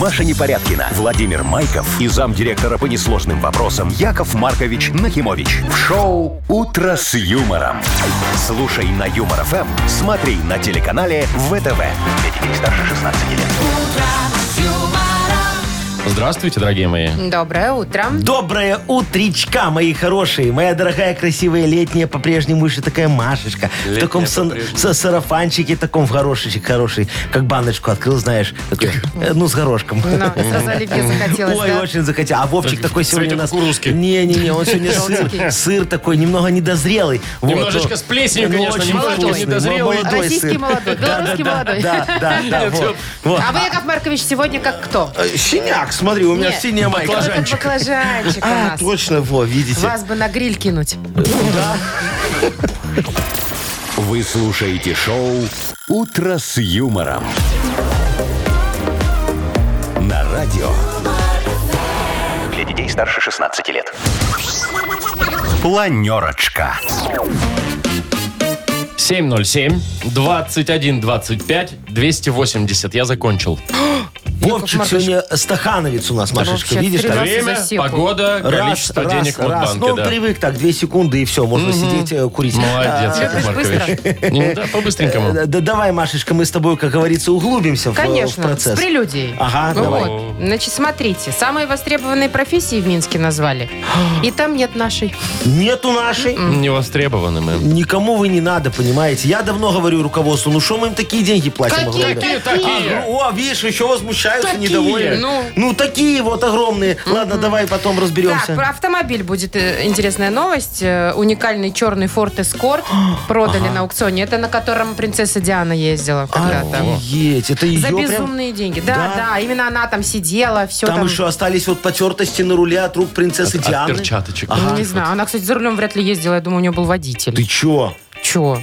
Маша Непорядкина, Владимир Майков и замдиректора по несложным вопросам Яков Маркович Нахимович. В шоу «Утро с юмором». Слушай на Юмор ФМ, смотри на телеканале ВТВ. Для детей старше 16 лет. Здравствуйте, дорогие мои. Доброе утро. Доброе утречка, мои хорошие. Моя дорогая, красивая, летняя, по-прежнему еще такая Машечка. в Летняя таком сан- по-прежнему. са- сарафанчике, таком в хорошечек, хороший. Как баночку открыл, знаешь. такой, э, ну, с горошком. Ну, сразу оливье захотелось, Ой, да? очень захотел. А Вовчик такой сегодня у цвете нас... кукурузки. Не-не-не, он сегодня сыр, Желтенький. сыр такой, немного недозрелый. Вот, Немножечко ну, с плесенью, ну, конечно, очень немножечко вкусный, недозрелый. молодой Российский сыр. молодой, белорусский Да, молодой. Да, да, да, вот. Вот. А вы, Яков Маркович, сегодня как кто? Э, Синяк, смотри, у меня Нет. синяя майка. Вы как баклажанчик у А, нас. точно, во, видите. Вас бы на гриль кинуть. Вы слушаете шоу «Утро с юмором». На радио. Для детей старше 16 лет. Планерочка. 707 21 25 280. Я закончил. Вовчик Маркович. сегодня стахановец у нас, Машечка, ну, вообще видишь? три так? раза Время, засеку. погода, количество денег в раз. банке, Ну, да. привык так, две секунды и все, можно сидеть э, курить. Молодец, А, Яков любишь Маркович. Ну да, по-быстренькому. Э, Да давай, Машечка, мы с тобой, как говорится, углубимся в, э, в Конечно, с процесс. прелюдией. Ага, Ну давай. вот, значит, смотрите, самые востребованные профессии в Минске назвали. И там нет нашей. Нету нашей. М-м. Не востребованы мы. Никому вы не надо, понимаете? Я давно говорю руководству, ну что мы им такие деньги платим? Какие огромные? Такие, А, такие. О, видишь, еще возмущаются, Такие. недовольны. Ну. такие вот огромные. Ладно, давай потом разберемся. Так, про автомобиль будет э, интересная новость. Э, Уникальный черный Ford Escort продали на аукционе. Это на котором принцесса Диана А, ездила когда-то. Офигеть, это ее За прям- безумные деньги. Да, Да? да, именно она там сидела, все Там, там. еще остались вот потертости на руле от рук принцессы От- от Дианы. перчаточек. Ну, Не знаю, она, кстати, за рулем вряд ли ездила. Я думаю, у нее был водитель. Ты чё? Чего?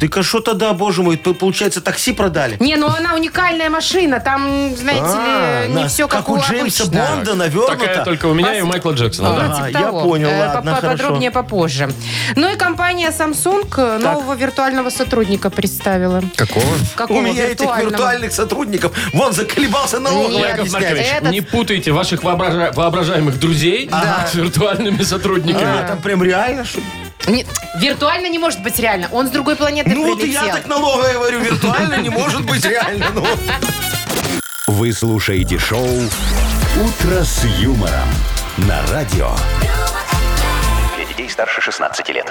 Ты ка а что тогда, боже мой, п- получается, такси продали? Не, ну она уникальная машина. Там, А, знаете ли, не на- все как, у Джеймса обычно. Бонда, Такая наверное. только у меня и у Майкла Джексона, да? Типа я того. понял, Э, ладно, попо- хорошо. Подробнее попозже. Ну и компания Samsung э, нового виртуального сотрудника представила. Какого? Какого У меня этих виртуального? виртуальных сотрудников. Вон, заколебался налоговый Нет, Яков объяснять. Маркович, Этот- не путайте ваших вообража- воображаемых друзей с виртуальными сотрудниками. А, там прям реально, что ли? Не- виртуально не может быть реально. Он с другой планеты Ну вот и прилетел. я так налоговая говорю, виртуально не может быть реально. ну. Вы слушаете шоу «Утро с юмором» на радио. Для детей старше 16 лет.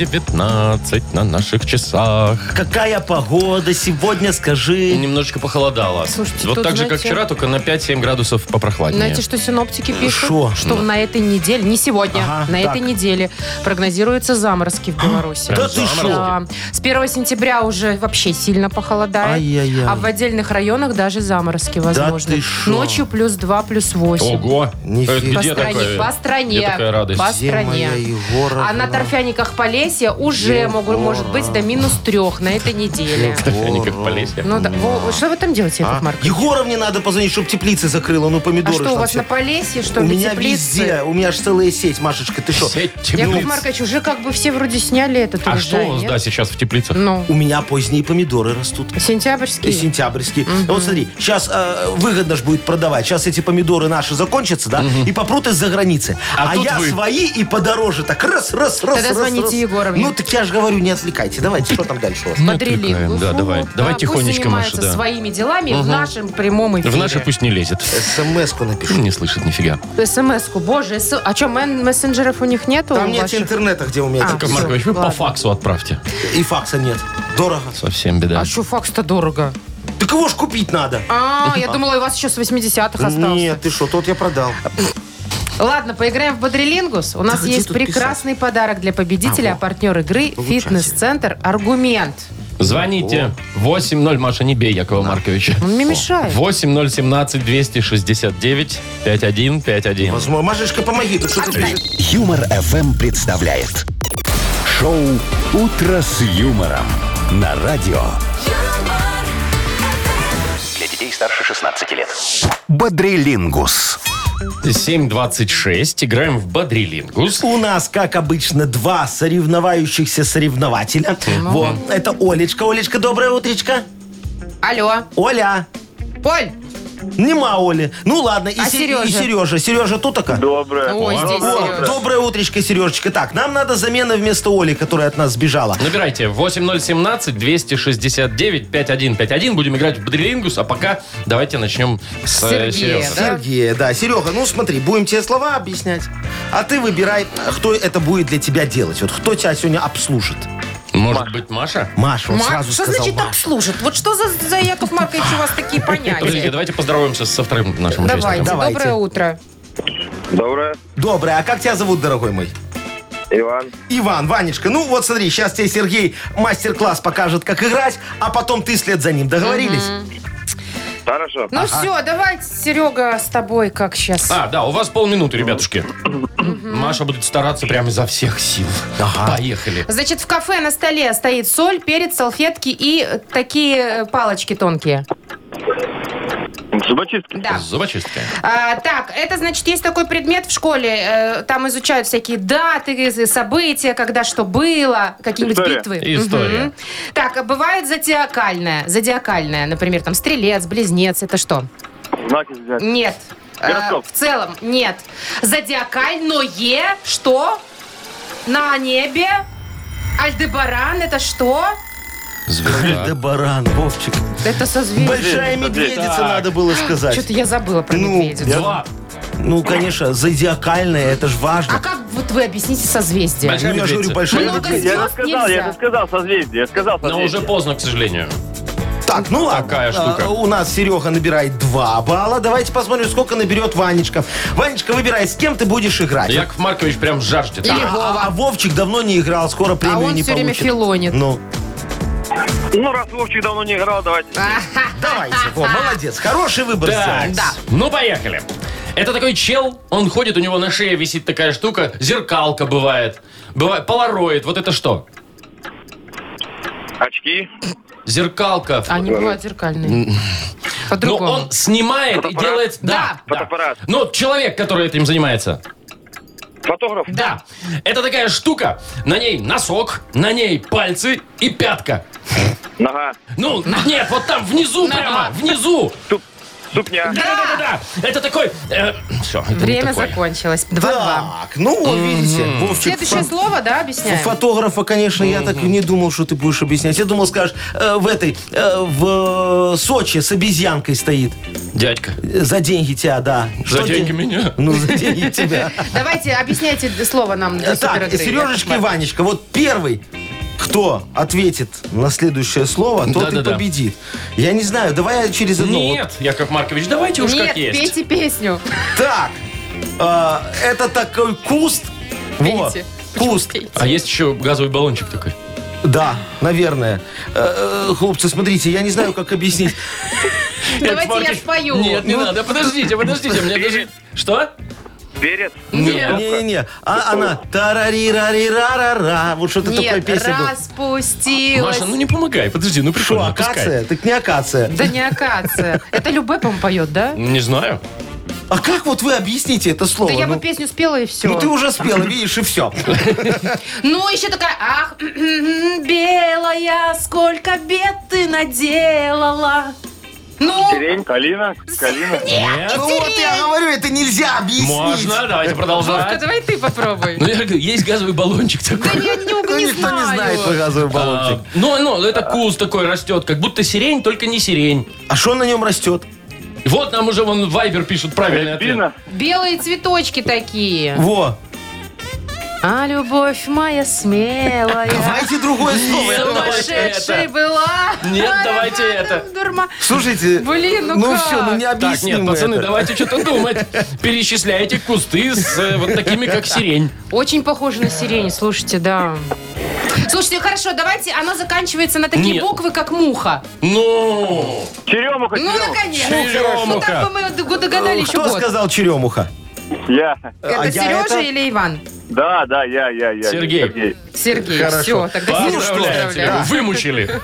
7.19 на наших часах. Какая погода сегодня, скажи. Немножечко похолодало. Слушайте, вот тут, так же, как знаете, вчера, только на 5-7 градусов попрохладнее. Знаете, что синоптики пишут? Шо? Ну. Что на этой неделе, не сегодня, Ага, на так. А, этой неделе прогнозируются заморозки в Беларуси. Да ты шо? Да. С 1 сентября уже вообще сильно похолодает. Ай-яй-яй. А в отдельных районах даже заморозки возможны. ты шо? Ночью плюс 2, плюс 8. Ого! Нифига. Э, где по стране, такое? по стране, Где такая радость? по Где стране. моя Егорова? А на торфяниках Полесья уже могут, может быть до минус трех на этой неделе. Они как полезли. Ну да. Во- Что вы там делаете, А, Яков Маркович? Егоровне надо позвонить, чтобы теплицы закрыла, ну А помидоры. ж что, у там вас все. на Полесье, что У ли, меня теплицы? везде, у меня же целая сеть, Машечка, ты что? Сеть Яков теплиц. Маркович, уже как бы все вроде сняли этот А урожай, что у вас, нет? да, сейчас в теплицах? Ну, У меня поздние помидоры растут. сентябрьский. И сентябрьские. Вот смотри, сейчас выгодно же будет продавать. Сейчас эти помидоры наши закончатся, да, и попрут из-за границы. А А, тут я вы. свои и подороже так раз, раз, раз, Тогда раз, звоните раз. Егоровне. Ну, так я же говорю, не отвлекайте. Давайте, что там дальше у вас? Ну, Подрели. отвлекаем, да, Уфу. давай. Давай тихонечко, Пусть занимаются Маша, да. своими делами в нашем прямом эфире. В наши пусть не лезет. Э, СМС-ку напишу. Не слышит нифига. СМС-ку, боже, с- а что, мен- мессенджеров у них нету? Там нет ваших? интернета, где у меня А, эти- Яков Всё, Маркович, вы по ладно. факсу отправьте. И факса нет. Дорого. Совсем беда. А что факс-то дорого? Так его ж купить надо. А, я думала, у вас еще с 80-х осталось. Нет, ты что, тот я продал. Ладно, поиграем в Бодрилингус. У нас где есть тут прекрасный подарок для победителя, а партнер игры фитнес-центр «Аргумент». Звоните. 8-0, Маша, не бей Якова Марковича. Он мне мешает. 8017-269-5151. Возможно. Машечка, помоги. Ты что ты пишешь? Юмор FM представляет шоу Утро с юмором на радио. Для детей старше 16 лет. Бодрилингус. 726. Играем в Бодрилингус. У нас, как обычно, два соревновающихся соревнователя. Вот. Это Олечка. Олечка, доброе утречко. Алло, Оля, Поль, Нема Оли. Ну ладно, и, А Се- и Сережа? Сережа. Сережа тут такая? Доброе. Ой, здесь э, Доброе. Сережа. Доброе утречко, Сережечка. Так, нам надо замена вместо Оли, которая от нас сбежала. Набирайте 8017-269-5151. Будем играть в Бодрилингус, а пока давайте начнем с э, Сергея, Сережи. да? Сергей, да, Серега, ну смотри, будем тебе слова объяснять, а ты выбирай, кто это будет для тебя делать. Вот кто тебя сегодня обслужит. Может быть, Маша? Маша, он Марк, сразу что сказал. значит Маша. так служит? Вот что за, за Яков Маркович у вас такие Подождите, понятия? давайте поздороваемся со вторым нашим Давайте, участником. Давайте. доброе утро. Доброе. Доброе, а как тебя зовут, дорогой мой? Иван. Иван, Ванечка, ну вот смотри, сейчас тебе Сергей мастер-класс покажет, как играть, а потом ты след за ним. Договорились? Хорошо. Ну все, давайте, Серега, с тобой как сейчас. А, да, у вас полминуты, ребятушки. Маша будет стараться прямо изо всех сил. Ага. Поехали. Значит, в кафе на столе стоит соль, перец, салфетки и э, такие э, палочки тонкие. Зубочистки. Да. Зубочистка. А, так, это значит, есть такой предмет в школе, э, там изучают всякие даты, события, когда что было, какие-нибудь История. битвы. История. Мгм. Так, а бывает зодиакальная, зодиакальная, например, там стрелец, близнец, это что? Знаки зодиака. Нет. Э, Гороскоп. в целом, нет. Зодиакальное, что? На небе? Альдебаран, это что? Звезда. баран, Вовчик. Это созвездие. Большая медведица, надо было сказать. Что-то я забыла про Ну, медведицу. Два. Ну, конечно, зодиакальная, это же А важно. как вот вы объясните созвездие? Большая Ну, я же говорю, медведица. большая Много медведица. Я же звезд сказал, я же нельзя. сказал созвездие. Я сказал Но уже созвездие. поздно, к сожалению. Так, ну ладно. Такая штука. А, У нас Серега набирает 2 балла. Давайте посмотрим, сколько наберет Ванечка. Ванечка, выбирай, с кем ты будешь играть. Яков Маркович прям жаждет. Или А, Вова. а Вовчик давно не играл, скоро премию А он не всё время получит. филонит. Ну, Ну, раз Вовчик давно не играл, давайте. давайте, Во, молодец. Хороший выбор Так, сделал. ну поехали. Это такой чел, он ходит, у него на шее висит такая штука, зеркалка бывает. Бывает, полароид, вот это что? Очки. Зеркалка. Они бывают зеркальные. Но По-другому. он снимает и делает... Да, да. Фотоаппарат. Ну, человек, который этим занимается. Фотограф. Да. Это такая штука, на ней носок, на ней пальцы и пятка. Нога. Ну, нет, вот там внизу прямо, внизу. Суп. Супня. Да-да-да. Это такой... э, все, Время закончилось. Два-два. Так, ну, вот видите, Вовчик. Следующее фан- слово, да, объясняем? Фотографа, конечно, я так и не думал, что ты будешь объяснять. Я думал, скажешь, э, в этой, э, в э, Сочи с обезьянкой стоит. Дядька. Э, За деньги тебя, да. За Что деньги те- меня. Ну, за деньги тебя. Э, Давайте объясняйте слово нам для Так, суперигры. Сережечка и Ванечка, вот первый, кто ответит на следующее слово, тот и Да-да-да. победит. Я не знаю, давай я через одно. вот. Нет, Яков Маркович, давайте уж Нет, как есть. пейте песню. Так, э, это такой куст. Во, Пейте. Куст. Пейте. А есть еще газовый баллончик такой. Да, наверное. Э, э, Хлопцы, смотрите, я не знаю, как объяснить. Давайте Яков я Маркович, спою. Нет, не надо. Подождите, подождите. Мне даже... Что? Перец. Нет. Не-не-не. А она тарарирарирарара. Вот что-то такое Нет, песня была. распустилась. Маша, ну не помогай. Подожди, ну Что, прикольно, пускай. акация? Так не акация. Да не акация. Это Любэ, по-моему, поет, да? Не знаю. А как вот вы объясните это слово? Да я Ну, бы песню спела и все. ну ты уже спела, видишь, и все. Ну, еще такая, ах, белая, сколько бед ты наделала. Ну, Сирень. Калина. Калина. Нет. Ну вот я говорю, это нельзя объяснить. Можно, давайте А? Вовка, продолжать. давай ты попробуй. Ну, я говорю, есть газовый баллончик Да такой. я не, Ну, не Никто не знает про знаю. газовый баллончик. А, Ну, ну, это куст такой растет, как будто сирень, только не сирень. А что на нем растет? Вот нам уже вон Вайбер пишут правильный ответ. Бина. Белые цветочки такие. Во. А любовь моя смелая. Давайте другое слово. Нет, я думаю. давай. Сумасшедшей это. была. Нет, давайте Она это. дурма. Слушайте, Блин, ну как? все, ну не Так, нет, объясним пацаны, давайте что-то думать. Перечисляйте кусты с э, вот такими, как сирень. Очень похоже на сирень, слушайте, да. Слушайте, ну хорошо, давайте, оно заканчивается на такие Нет. буквы, как муха. Ну, Черемуха. Ну, черемуха. наконец. Черемуха. Ну, так бы мы догадали еще Кто год. сказал черемуха? Я. Это А я Сережа это- или Иван? Да, да, я, я, я. Сергей. Сергей, Хорошо. все, тогда Ну, Сережу Поздравляю поздравляю. тебя. Вымучили.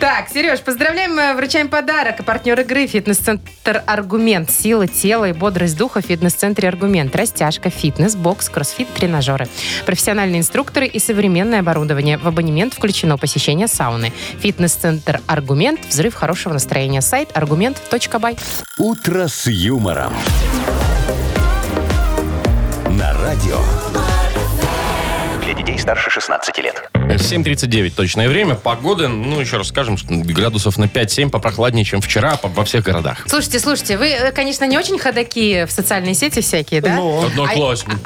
Так, Сереж, поздравляем, э, вручаем подарок. Партнер игры «Фитнес-центр Аргумент». Сила тела и бодрость духа в фитнес-центре «Аргумент». Растяжка, фитнес, бокс, кроссфит, тренажеры. Профессиональные инструкторы и современное оборудование. В абонемент включено посещение сауны. Фитнес-центр «Аргумент». Взрыв хорошего настроения. Сайт аргумент.бай. «Утро с юмором». На радио. Для детей старше 16 лет. 7.39 точное время. Погода, ну, еще раз скажем, что градусов на 5-7 попрохладнее, чем вчера по- во всех городах. Слушайте, слушайте, вы, э, конечно, не очень ходаки в социальные сети всякие, да? Ну, а Одноклассник.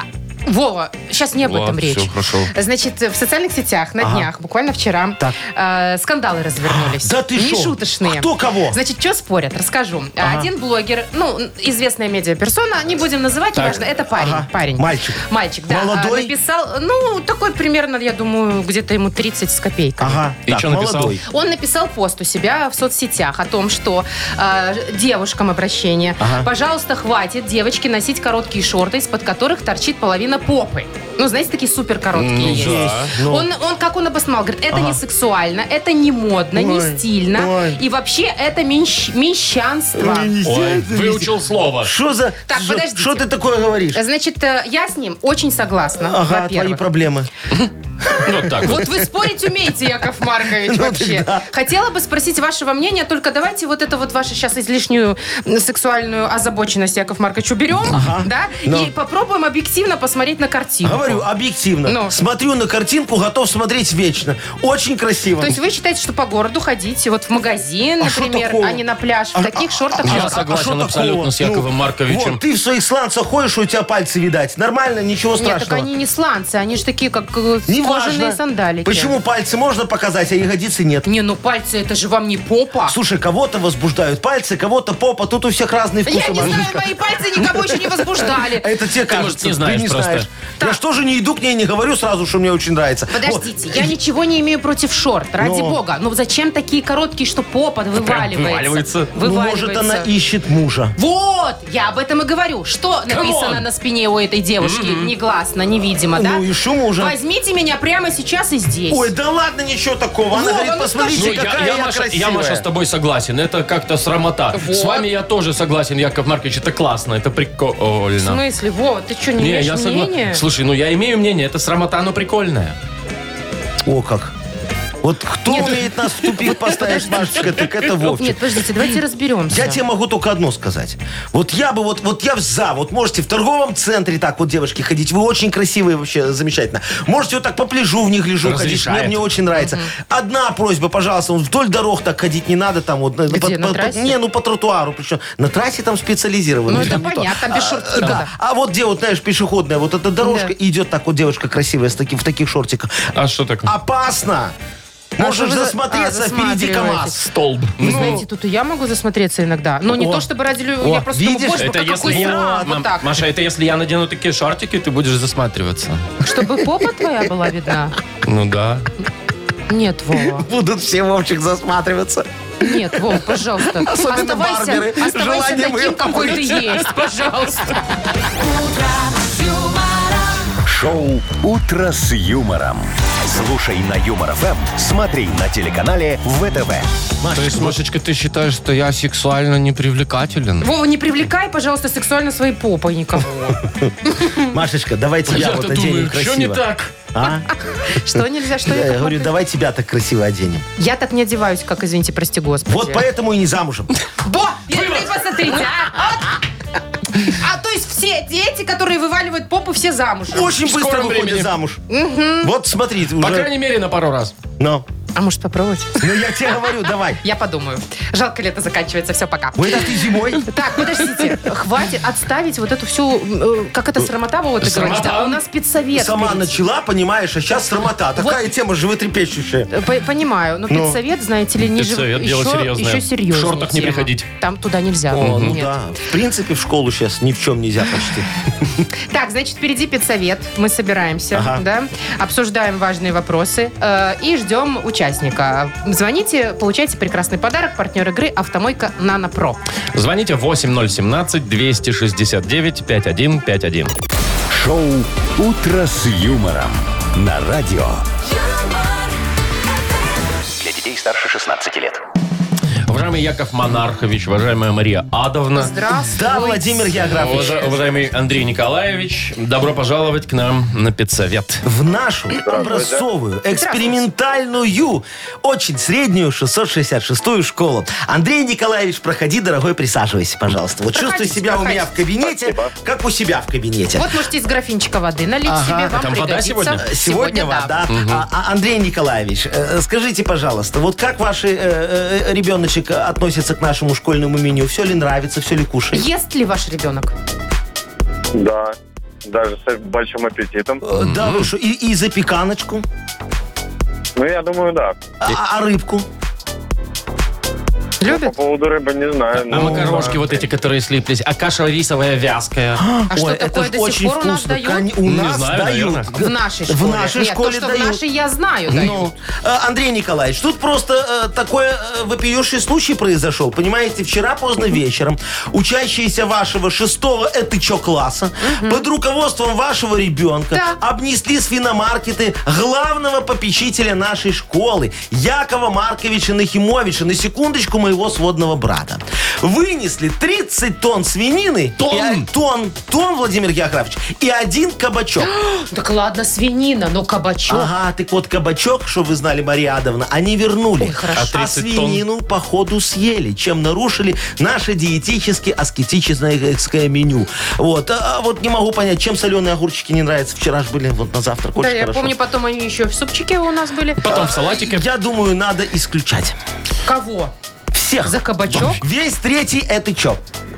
Вова, сейчас не об Ладно, этом речь. всё, хорошо. Значит, в социальных сетях на днях, буквально вчера, Так. э, скандалы развернулись. Да ты шо? Нешуточные. Кто кого? Значит, что спорят? Расскажу. Один блогер, ну, известная медиаперсона, не будем называть, Так. неважно, это парень. Ага. парень. Мальчик. Мальчик, да. Молодой? А, Написал, ну, такой примерно, я думаю, где-то ему 30 с копейками. Ага. И так, чё написал? молодой. Он написал пост у себя в соцсетях о том, что э, девушкам обращение. Пожалуйста, хватит девочки носить короткие шорты, из-под которых торчит половина попы. Ну, знаете, такие супер короткие Ну, есть. да. Ну. Он, он как он обосновал, говорит, это не сексуально, это не модно, не Ой, стильно. ой. И вообще это менщ- мещанство. Ой, нельзя Ой, это выучил слово. Что за... Так, что- подождите. Что ты такое говоришь? Значит, э, я с ним очень согласна, Ага, твои во-первых. проблемы. Вот так вот. Вот вы спорить умеете, Яков Маркович, Ну, вообще. Хотела бы спросить вашего мнения, только давайте вот это вот вашу сейчас излишнюю м, сексуальную озабоченность, Яков Маркович, уберем, да, Ну. и попробуем объективно посмотреть на картину. Говорю объективно. Ну. Смотрю на картинку, готов смотреть вечно. Очень красиво. То есть вы считаете, что по городу ходить вот в магазин, А шо например, такого? а не на пляж, в А- таких шортах? Я как? А согласен шо такого? абсолютно с Ну, Яковом Марковичем. Вот, ты в своих сланцах ходишь, у тебя пальцы видать. Нормально, ничего Нет, так страшного. они не сланцы, они же такие, как э, Неважно. кожаные сандалики. Почему пальцы можно показать, а ягодицы нет? Не, ну пальцы, это же вам не попа. Слушай, кого-то возбуждают пальцы, кого-то попа. Тут у всех разные вкусы. Я не знаю, Машечка. мои пальцы никого еще не возбуждали. А Это тебе может, кажется. не знаешь ты не просто. знаешь. Я что же не иду к ней, не говорю сразу, что мне очень нравится. Подождите, я ничего не имею против шорт, ради э, Но. бога. Ну зачем такие короткие, что попа вываливается? вываливается. Вот. Ну, может, она Вываливается. ищет мужа. Вот, я об этом и говорю. Что написано на спине у этой девушки? Негласно, невидимо, да? Ну, ищу мужа. Возьмите меня прямо сейчас и здесь. Ой, да ладно, ничего такого. Она Вова, говорит, ну посмотрите, Ну, скажи, какая я, Маша, красивая. я, Маша, с тобой согласен. Это как-то срамота. Вот. С вами я тоже согласен, Яков Маркович. Это классно, это прикольно. В смысле, Вова, Ну, ты что, не, Не, имеешь я согла- мнения? Слушай, ну я имею мнение, это срамота, но прикольная. О, как. Вот кто умеет нас в тупик поставить, Машечка, так это Нет, Вовчик. подождите, давайте разберемся. Я тебе могу только одно сказать. Вот я бы, вот, вот я за, вот можете в торговом центре так вот, девочки, ходить. Вы очень красивые вообще, замечательно. Можете вот так по пляжу в них лежу ходить. Мне, Разрешает. мне очень нравится. Одна просьба, пожалуйста, вот вдоль дорог так ходить не надо. Там вот, на- Где, по- на по- трассе? не, ну по тротуару. Причем на трассе там специализированные. Ну, это там не то. понятно, без шортики Да. надо. А вот где вот, знаешь, пешеходная, вот эта дорожка Да. и идет так вот девушка красивая с таки- в таких шортиках. А что такое? Опасно! что Можешь вы за- засмотреться а, впереди засматриваетесь. КамАЗ. Столб. Вы знаете, тут и я могу засмотреться иногда. Но не Ну. О. то, чтобы ради любви. ну, Я О, просто думаю, видишь, боже, Ну, Это мой, какой если я- срам, Мам, вот так. Маша, это если я надену такие шортики, ты будешь засматриваться. Чтобы попа твоя была видна? Ну да. Нет, Вова. Будут все, Вовчик, засматриваться. Нет, Вова, пожалуйста. Особенно оставайся, барберы. оставайся Желанием таким, её какой ты помыть. есть, пожалуйста. Шоу «Утро с юмором». Слушай на Юмор ФМ, смотри на телеканале ВТВ. То есть, Машечка, ты считаешь, что я сексуально непривлекателен? Вова, не привлекай, пожалуйста, сексуально своей попой никого. Машечка, давай А тебя вот оденем что красиво. не так? А? Что нельзя, что Я я говорю, давай тебя так красиво оденем. Я так не одеваюсь, как, извините, прости господи. Э. Вот поэтому и не замужем. Бо, и вы посмотрите, а! Вот. А то есть все дети, которые вываливают попу, все замужем. Очень быстро скором выходит времени. замуж. Вот смотри, По уже. крайней мере, на пару раз. Ну, А может попробовать? ну я тебе говорю, давай. Я подумаю. Жалко, лето заканчивается. Все, пока. Ой, да ты зимой. Так, подождите, хватит отставить вот эту всю, м, э, как это, срамота, Вова, ты Срамота. говоришь, да, у нас спецсовет. Сама впереди. начала, понимаешь, а сейчас срамота. Такая тема животрепещущая. Э, по- Понимаю, Ну. но спецсовет, знаете ли, не жив- Спецсовет, дело еще- серьезное. Еще серьезнее В шортах не тема. приходить. Там туда нельзя. О, ну Нет. да. В принципе, в школу сейчас ни в чем нельзя почти. Так, значит, впереди педсовет. Мы собираемся, Ага. да, обсуждаем важные вопросы э, и ждем участника. Звоните, получайте прекрасный подарок. Партнер игры «Автомойка Нано Про». Звоните 8017-269-5151. Шоу «Утро с юмором» на радио. юмор, Для детей старше 16 лет. Уважаемый Яков Монархович, уважаемая Мария Адовна. Здравствуйте. Да, Владимир Географович. Уважа- Уважаемый Андрей Николаевич, добро пожаловать к нам на педсовет. В нашу образцовую, экспериментальную, очень среднюю 666-ю школу. Андрей Николаевич, проходи, дорогой, присаживайся, пожалуйста. Вот чувствуй Проходите, себя у меня в кабинете, как у себя в кабинете. Вот можете из графинчика воды налить Ага, себе, вам там вода пригодится. сегодня? Сегодня вода. А, а, Андрей Николаевич, э, скажите, пожалуйста, вот как ваш э, э, ребеночек относится к нашему школьному меню? Все ли нравится, все ли кушает? Ест ли ваш ребенок? Да, даже с большим аппетитом. Э, Да, вы шо, и, и запеканочку, Ну, я думаю, да. а, а рыбку. Ну, По Любит? поводу рыбы не знаю. А ну, макарошки вот эти, которые слиплись, а каша рисовая вязкая. А что Ой, это такое ж до сих очень пор у нас вкусно. дают? Кон- У Не нас знаю, наверное. дают. В нашей школе. В нашей Нет, школе то, что в дают. нашей, я знаю, дают. Ну, э, Андрей Николаевич, тут просто э, такой э, вопиющий случай произошел. Понимаете, вчера поздно вечером учащиеся вашего шестого этычо класса под руководством вашего ребенка Да. обнесли свиномаркеты главного попечителя нашей школы, Якова Марковича Нахимовича, на секундочку моего сводного брата. Вынесли 30 тонн свинины. Тонн? и о- тонн, тонн, Владимир Яковлевич, и один кабачок. Так ладно, свинина, но кабачок. Ага, так вот кабачок, что вы знали, Мария Адовна, они вернули. хорошо. А А 30 свинину, походу, съели, чем нарушили наше диетически аскетическое э, меню. Вот, а, а вот не могу понять, чем соленые огурчики не нравятся. Вчера же были вот на завтрак, Да, очень я хорошо. помню, потом они еще в супчике у нас были. Потом в салатике. Я думаю, надо исключать. Кого? Всех. За кабачок? Весь третий это чё?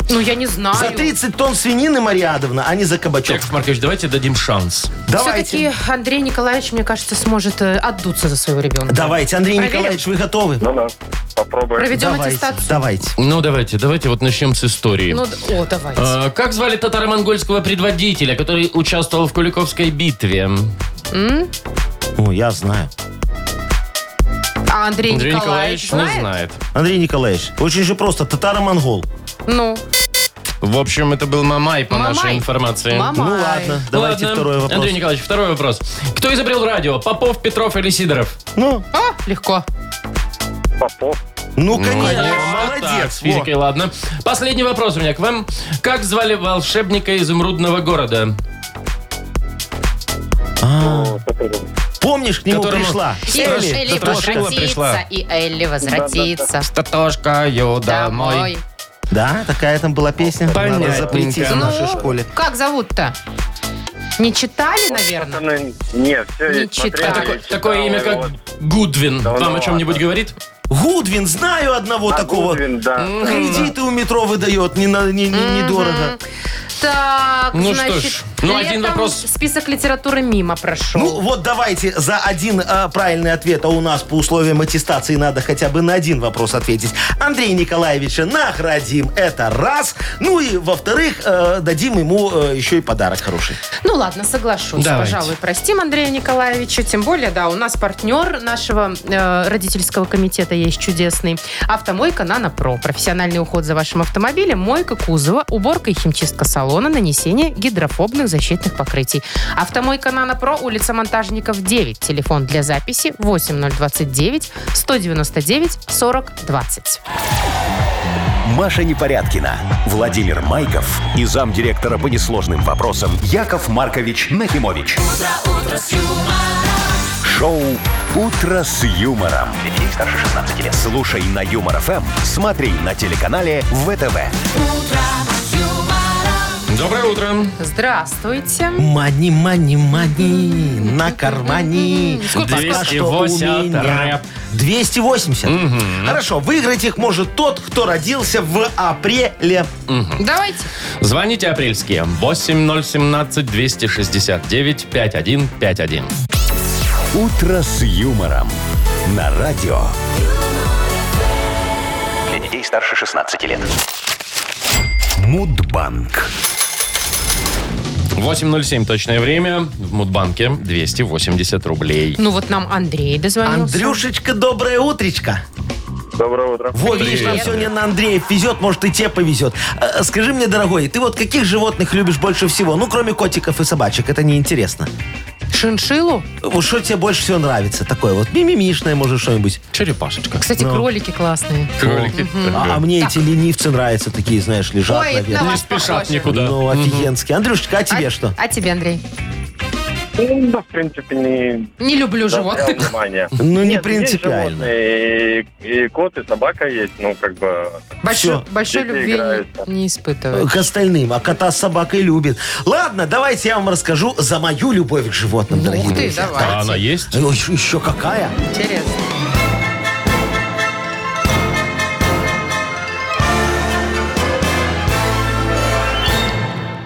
Ну, я не знаю. За 30 тонн свинины, Мария Адовна, а не за кабачок. Яков Маркович, давайте дадим шанс. Давайте. Все-таки Андрей Николаевич, мне кажется, сможет э, отдуться за своего ребенка. Давайте, Андрей Проверим. Николаевич, вы готовы? Ну да, попробуем. Проведем давайте, аттестацию. давайте. Ну, давайте, давайте вот начнем с истории. Ну, д- о, давайте. Э, Как звали татаро-монгольского предводителя, который участвовал в Куликовской битве? О, я знаю. А Андрей, Андрей Николаевич, Николаевич не знает? знает. Андрей Николаевич, очень же просто, татаро-монгол. Ну, В общем, это был Мамай, по нашей Мамай. информации. Мама. Ну Ай. ладно, давайте Ладно. второй вопрос. Андрей Николаевич, второй вопрос. Кто изобрел радио? Попов, Петров или Сидоров? Ну, а, легко. Попов. ну конечно, Так, молодец. с физикой, во. ладно. Последний вопрос у меня к вам. Как звали волшебника изумрудного города? А. Помнишь, к нему Которому- пришла? И Элли, Элли Татошка. пришла. пришла. и Элли возвратится. Татошка, ее Домой. Да, такая там была песня. Понятненько. Надо запретить в Ну, нашей школе. Как зовут-то? Не читали, наверное? Пацаны, Не, все Не есть. смотрели, читали. я Такое, читал, такое имя, и как вот. Гудвин. Да ну Вам о чем-нибудь ладно. говорит? Гудвин, знаю одного А, такого. Гудвин, да. Кредиты у метро выдает, не на- не- не- недорого. Так, Ну что значит, ж, ну, один летом вопрос. список литературы мимо прошел. Ну вот давайте за один э, правильный ответ, а у нас по условиям аттестации надо хотя бы на один вопрос ответить. Андрея Николаевича наградим, это раз. Ну и во-вторых, э, дадим ему э, еще и подарок хороший. Ну ладно, соглашусь, Давайте. пожалуй, простим Андрея Николаевича. Тем более, да, у нас партнер нашего э, родительского комитета есть чудесный. Автомойка «Нано-Про». Профессиональный уход за вашим автомобилем, мойка кузова, уборка и химчистка салона, нанесение гидрофобных защитных покрытий. Автомойка «Нано-Про», улица Монтажников, 9. Телефон для записи 8029 199 40 20. Маша Непорядкина, Владимир Майков и замдиректора по несложным вопросам Яков Маркович Нахимович. Шоу «Утро с юмором». Для детей старше 16 лет. Слушай на Юмор ФМ, смотри на телеканале ВТВ. Доброе утро. Здравствуйте. Мани, мани, мани, на кармане. Сколько? Пока что у 280 меня. рэп. 280. Хорошо, выиграть их может тот, кто родился в апреле. Давайте. Звоните апрельские. 8017-269-5151. «Утро с юмором» на радио. Для детей старше 16 лет. Мудбанк. 8.07 точное время. В Мудбанке 280 рублей. Ну вот нам Андрей дозвонился. Андрюшечка, доброе утречко. Доброе утро. Во, видишь, нам Привет. сегодня на Андрея везет, может, и тебе повезет. Э, Скажи мне, дорогой, ты вот каких животных любишь больше всего? Ну, кроме котиков и собачек, это неинтересно. Шиншилу? Вот что тебе больше всего нравится? Такое вот мимимишное, может, что-нибудь. Черепашечка. Кстати, Ну. кролики классные. Кролики. А, а мне эти ленивцы нравятся, такие, знаешь, лежат Ой, на на ветке. Не вас спешат похоже. никуда. Ну, офигенские. Андрюшечка, а тебе а, что? А тебе, Андрей? Ну, да, в принципе, не... Не люблю обращал животных. внимания. Ну, не Нет, принципиально. есть животные, и, и кот, и собака есть, ну, как бы... Большой, Всё. большой Дети любви играются. не, не испытываю. К остальным, а кота с собакой любит. Ладно, давайте я вам расскажу за мою любовь к животным, Ну, дорогие Ух ты, друзья. А давайте. она есть? Ой, еще- еще какая? Интересно.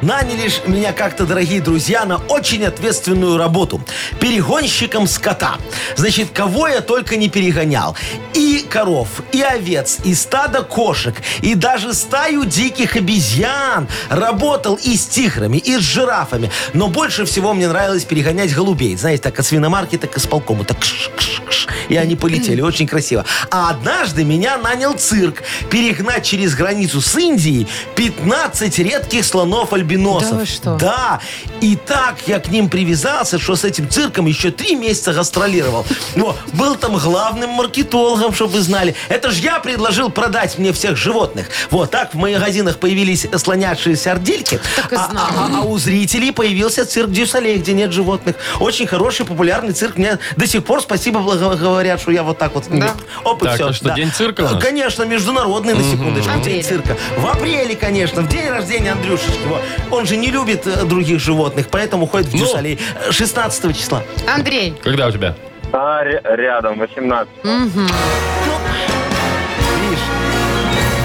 Наняли ж меня как-то, дорогие друзья, на очень ответственную работу. Перегонщиком скота. Значит, кого я только не перегонял. И коров, и овец, и стадо кошек, и даже стаю диких обезьян. Работал и с тиграми, и с жирафами. Но больше всего мне нравилось перегонять голубей. Знаете, так от свиномарки, так и с полкому. Так кш, кш, кш. И они полетели. Очень красиво. А однажды меня нанял цирк перегнать через границу с Индией 15 редких слонов-альбиносов. Да вы что? Да. И так я к ним привязался, что с этим цирком еще три месяца гастролировал. Но был там главным маркетологом, чтобы вы знали. Это же я предложил продать мне всех животных. Вот так в магазинах появились слонявшиеся ордельки. Так и а- знала. а- а у зрителей появился цирк Дюсалей, где нет животных. Очень хороший, популярный цирк. Мне до сих пор спасибо благо- говорят, что я вот так вот... Да? Оп, и Так, всё. а что, Да. Э, день цирка у нас? Конечно, международный, на секундочку, Апреле. день цирка. В апреле, конечно, в день рождения Андрюшечки. Во. Он же не любит э, других животных, поэтому ходит в Ну. Дюсалей. Э, 16 числа. Андрей, Когда у тебя? А ре- рядом, 18.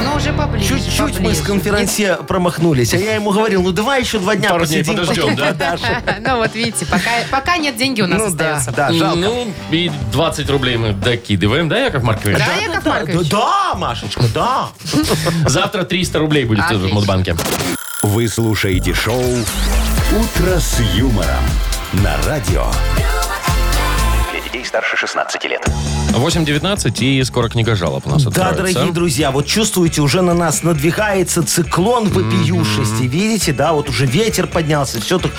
ну уже поближе. Чуть-чуть мы с поближе. конференции промахнулись, а я ему говорил, ну давай еще два дня Пару дней посидим, подождем, потом да? подашь. Ну вот видите, пока, пока нет, деньги у нас Ну да, остаются. да, жалко. Ну, и 20 рублей мы докидываем, да, Яков Маркович? Да, Яков Маркович? Да, Машечка, да. Завтра 300 рублей будет тоже в Отлично. Мудбанке. Вы слушаете шоу «Утро с юмором» на радио. Для детей старше 16 лет. 8.19 и скоро книга жалоб у нас Да, откроется. дорогие друзья, вот чувствуете, уже на нас надвигается циклон вопиюшести. Видите, да, вот уже ветер поднялся, все так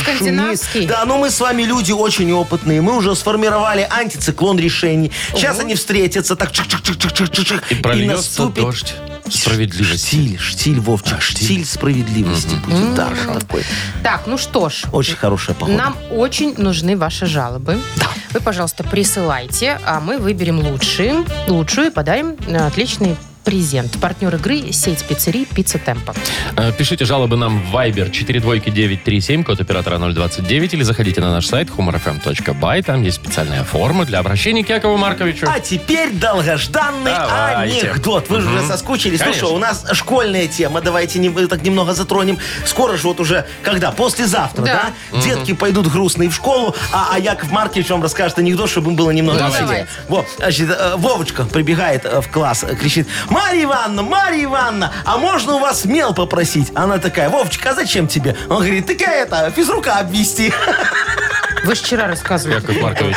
Скандинавский. Да, но мы с вами люди очень опытные. Мы уже сформировали антициклон решений. Сейчас они встретятся, так чик чик чик чик чик чик чик И прольется дождь А, справедливости. Штиль, штиль, Вовчик, штиль справедливости будет. Да, вот такой. Так, ну что ж. Очень хорошая погода. Нам очень нужны ваши жалобы. Вы, пожалуйста, присылайте, а мы выберем лучшие, лучшую и подарим э, отличный презент. Партнер игры – сеть пиццерий «Пицца Темпа». Э, Пишите жалобы нам в Viber 42937, код оператора 029, или заходите на наш сайт humorfm.by. Там есть специальная форма для обращения к Якову Марковичу. А теперь долгожданный Давайте. анекдот. Вы же уже соскучились. Конечно. Слушай, у нас школьная тема. Давайте не, так немного затронем. Скоро же вот уже, когда? Послезавтра, Да. да? Детки пойдут грустные в школу, а, а Яков Маркович вам расскажет анекдот, чтобы им было немного Ну, Давайте. веселее. Во, значит, э, Вовочка прибегает э, в класс, э, кричит, Марья Ивановна, Марья Ивановна, а можно у вас мел попросить? Она такая, Вовчика, а зачем тебе? Он говорит, так я это, физрука обвести. Вы же вчера рассказывали. Яков Маркович,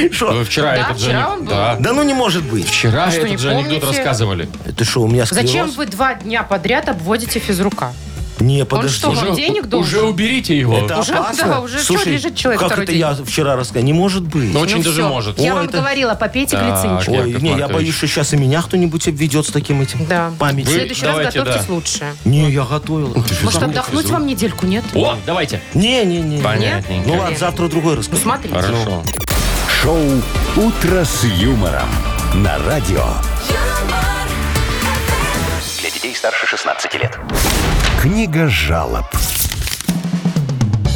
вы Что? вчера Да, этот же... вчера ане- он был. А Да. Да ну не может быть. Вчера что, не этот же анекдот помните? рассказывали. Ты что, у меня склероз? Зачем вы два дня подряд обводите физрука? Не, подожди. что, вам денег должен? Уже уберите его. Это Уже- опасно. да, уже всё, лежит человек Типа, как второй это день. я вчера рассказал? Не может быть. Ну, очень Ну даже всё. может. Я Ой, вам это- говорила, попейте Так. глицинчик. Ой, Яков не, я Маркович. боюсь, что сейчас и меня кто-нибудь обведет с таким этим Да. В памятью. следующий раз давайте, готовьтесь да. лучше. Не, я готовил. Может, отдохнуть вам недельку, нет? О, давайте. Не, не, не. Понятненько. Ну ладно, завтра другой Ну, расскажу. смотрите. Хорошо. Шоу «Утро с юмором» на радио. юмор, Для детей старше 16 лет. Книга жалоб.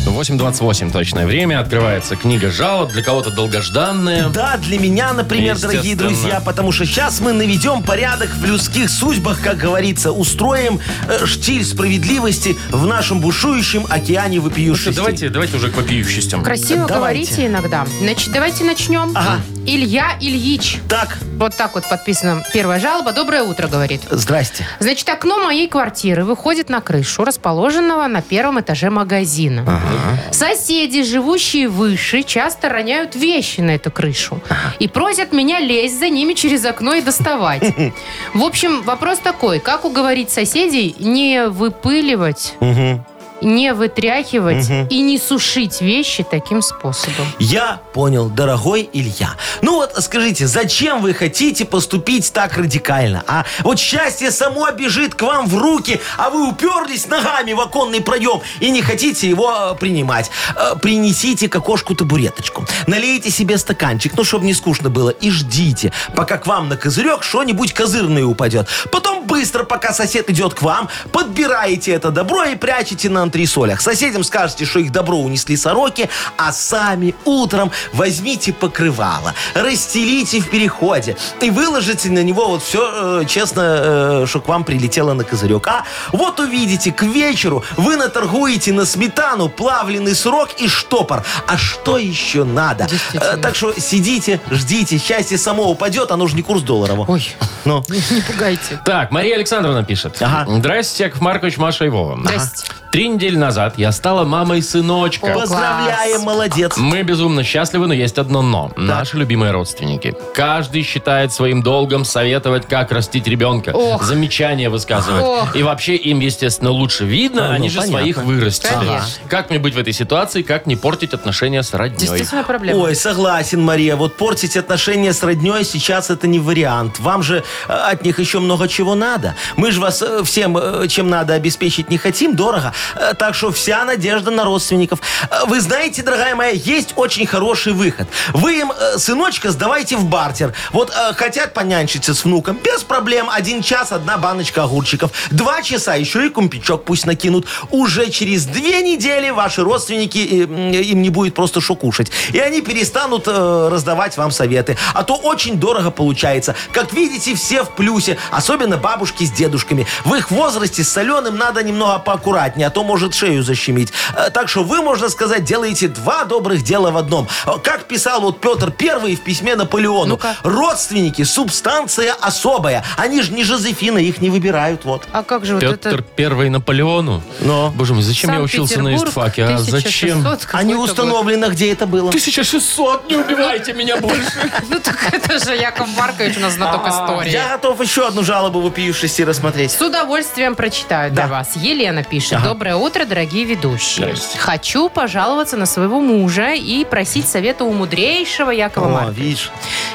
8.28 точное время. Открывается книга жалоб. Для кого-то долгожданная. Да, для меня, например, дорогие Естественно. друзья, потому что сейчас мы наведем порядок в людских судьбах, как говорится, устроим э, штиль справедливости в нашем бушующем океане Ну что, вопиющести. давайте, давайте уже к вопиющестям. Красиво Давайте. говорите иногда. Значит, давайте начнем. Ага. Илья Ильич. Так, Вот так вот подписана первая жалоба. Доброе утро, говорит. здрасте. Значит, окно моей квартиры выходит на крышу, расположенного на первом этаже магазина. Соседи, живущие выше, часто роняют вещи на эту крышу и просят меня лезть за ними через окно и доставать. В общем, вопрос такой: как уговорить соседей не выпыливать, Мгм. не вытряхивать Мгм. и не сушить вещи таким способом? Я понял, дорогой Илья. Ну вот скажите, зачем вы хотите поступить так радикально? А вот счастье само бежит к вам в руки, а вы уперлись ногами в оконный проем и не хотите его э, принимать. Э, Принесите к окошку табуреточку, налейте себе стаканчик, ну чтобы не скучно было, и ждите, пока к вам на козырек что-нибудь козырное упадет. Потом быстро, пока сосед идет к вам, подбираете это добро и прячете на антресолях. Соседям скажете, что их добро унесли сороки, а сами утром возьмите покрывало, расстелите в переходе и выложите на него вот все, честно, э, что к вам прилетело на козырек. А вот увидите, к вечеру вы наторгуете на сметану плавленый срок и штопор. А что еще надо? Действительно. Э, Так что сидите, ждите, счастье само упадет, оно же не курс долларового. Ой, Ну. не пугайте. Так, Мария Александровна пишет. Ага. Здрасте, Яков Маркович, Маша и Вова. Здрасте. Три недели назад я стала мамой сыночка. О, Поздравляем, класс. молодец. Мы безумно счастливы, но есть одно «но». Наши любимые родственники. Каждый считает своим долгом советовать, как растить ребенка. Ох. Замечания высказывать. Ох. И вообще им, естественно, лучше видно. А, ну, Они же понятно. своих вырастили. Конечно. Как мне быть в этой ситуации? Как не портить отношения с родней? Действительно проблема. Ой, согласен, Мария. Вот портить отношения с родней сейчас это не вариант. Вам же э, от них еще много чего надо. Мы же вас э, всем, э, чем надо, обеспечить не хотим, дорого. Э, Так что вся надежда на родственников. Э, Вы знаете, дорогая моя, есть очень хороший выход. Вы им, э, сыночка, сдавайте в бартер. Вот э, хотят понянчиться с внуком, без проблем. Один час одна баночка огурчиков. Два часа еще и кумпичок пусть накинут. Уже через две недели ваши родственники, э, м, им не будет просто что кушать. И они перестанут э, раздавать вам советы. А то очень дорого получается. Как видите, все в плюсе. Особенно бабушки с дедушками. В их возрасте с соленым надо немного поаккуратнее, а то может шею защемить. Э, Так что вы, можно сказать, делаете два добрых дела в одном. Э, Как писал вот Петр Первый в письме Наполеону. Ну-ка. Родственники – субстанция особая. Они же не Жозефина, их не выбирают. Вот. А как же вот Петр это... Первый Наполеону? Но. Боже мой, зачем я учился на Санкт-Петербург, истфаке? А зачем? 1600 А не какой-то год. установлено, где это было. 1600, не убивайте меня больше. Ну так это же Яков Маркович у нас знаток истории. А, Я готов еще одну жалобу вопиюшести рассмотреть. С удовольствием прочитаю для Да. вас. Елена пишет. Доброе утро, дорогие ведущие. Здрасте. Хочу пожаловаться на своего мужа и просить совета у мудрейшего Якова О, Марковича. видишь.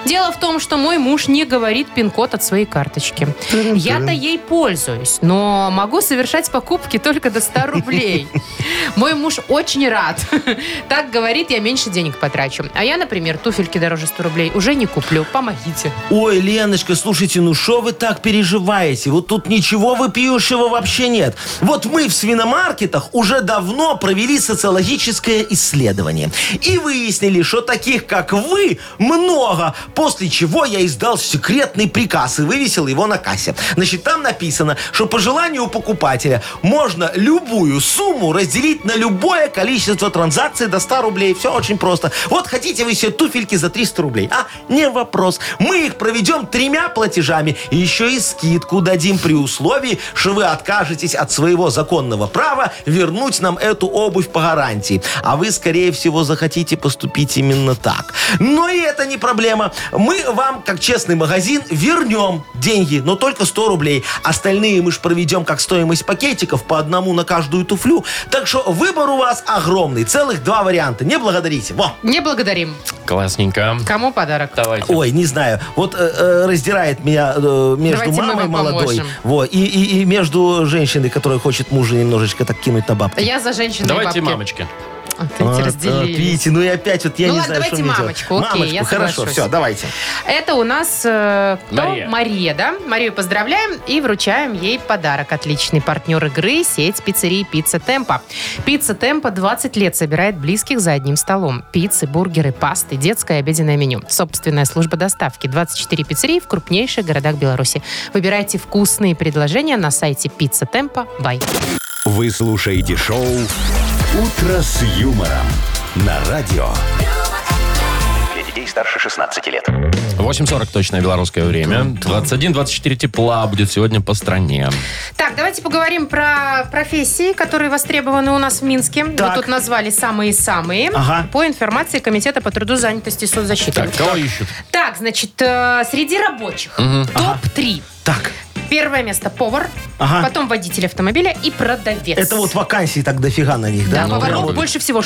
Дело в том, что мой муж не говорит пин-код от своей карточки. Я-то ей пользуюсь, но могу совершать покупки только до 100 рублей. Мой муж очень рад. Так говорит, я меньше денег потрачу. А я, например, туфельки дороже 100 рублей уже не куплю. Помогите. Ой, Леночка, слушайте, ну что вы так переживаете? Вот тут ничего выпиющего вообще нет. Вот мы в свиномаркетах уже давно провели социологическое исследование. И выяснили, что таких, как вы, много. После чего я издал секретный приказ и вывесил его на кассе. Значит, там написано, что по желанию покупателя можно любую сумму разделить на любое количество транзакций до 100 рублей. Все очень просто. Вот хотите вы себе туфельки за 300 рублей. А, не вопрос. Мы их проведем тремя платежами. И еще и скидку дадим при условии, что вы откажетесь от своего законного права вернуть нам эту обувь по гарантии. А вы, скорее всего, захотите поступить именно так. Но и это не проблема. Мы вам, как честный магазин, вернем деньги, но только 100 рублей. Остальные мы же проведем как стоимость пакетиков по одному на каждую туфлю. Так что выбор у вас огромный. Целых два варианта. Не благодарите. Во! Не благодарим. Классненько. Кому подарок? Давайте. Ой, не знаю. Вот э, э, раздирает меня э, между Давайте мы мамой вам молодой поможем. во, и, и, и между женщиной, которая хочет мужа немножечко так кинуть на бабки. Я за женщину Давайте мамочки. Вот, вот, видите, ну и опять вот я Ну не ладно, знаю, что давайте мне делать. мамочку, окей, Мамочку, я хорошо, соглашусь. все, давайте. Это у нас э, кто? Мария. да? Марию поздравляем и вручаем ей подарок. Отличный партнер игры – сеть пиццерий «Пицца Темпа». «Пицца Темпа» 20 лет собирает близких за одним столом. Пиццы, бургеры, пасты, детское и обеденное меню. Собственная служба доставки. 24 пиццерии в крупнейших городах Беларуси. Выбирайте вкусные предложения на сайте «Пицца Темпа». Бай. Вы слушаете шоу «Утро с юмором» на радио. Для детей старше 16 лет. 8.40 точное белорусское время. 21-24 тепла будет сегодня по стране. Так, давайте поговорим про профессии, которые востребованы у нас в Минске. Вы Так. тут назвали самые-самые. Ага. По информации Комитета по труду, занятости и соцзащиты. Так, кого ищут? Так, значит, э, среди рабочих топ-3. Так, Первое место повар, Ага. потом водитель автомобиля и продавец. это вот вакансий так дофига на них, Да, да? ну поваров попробуй. больше всего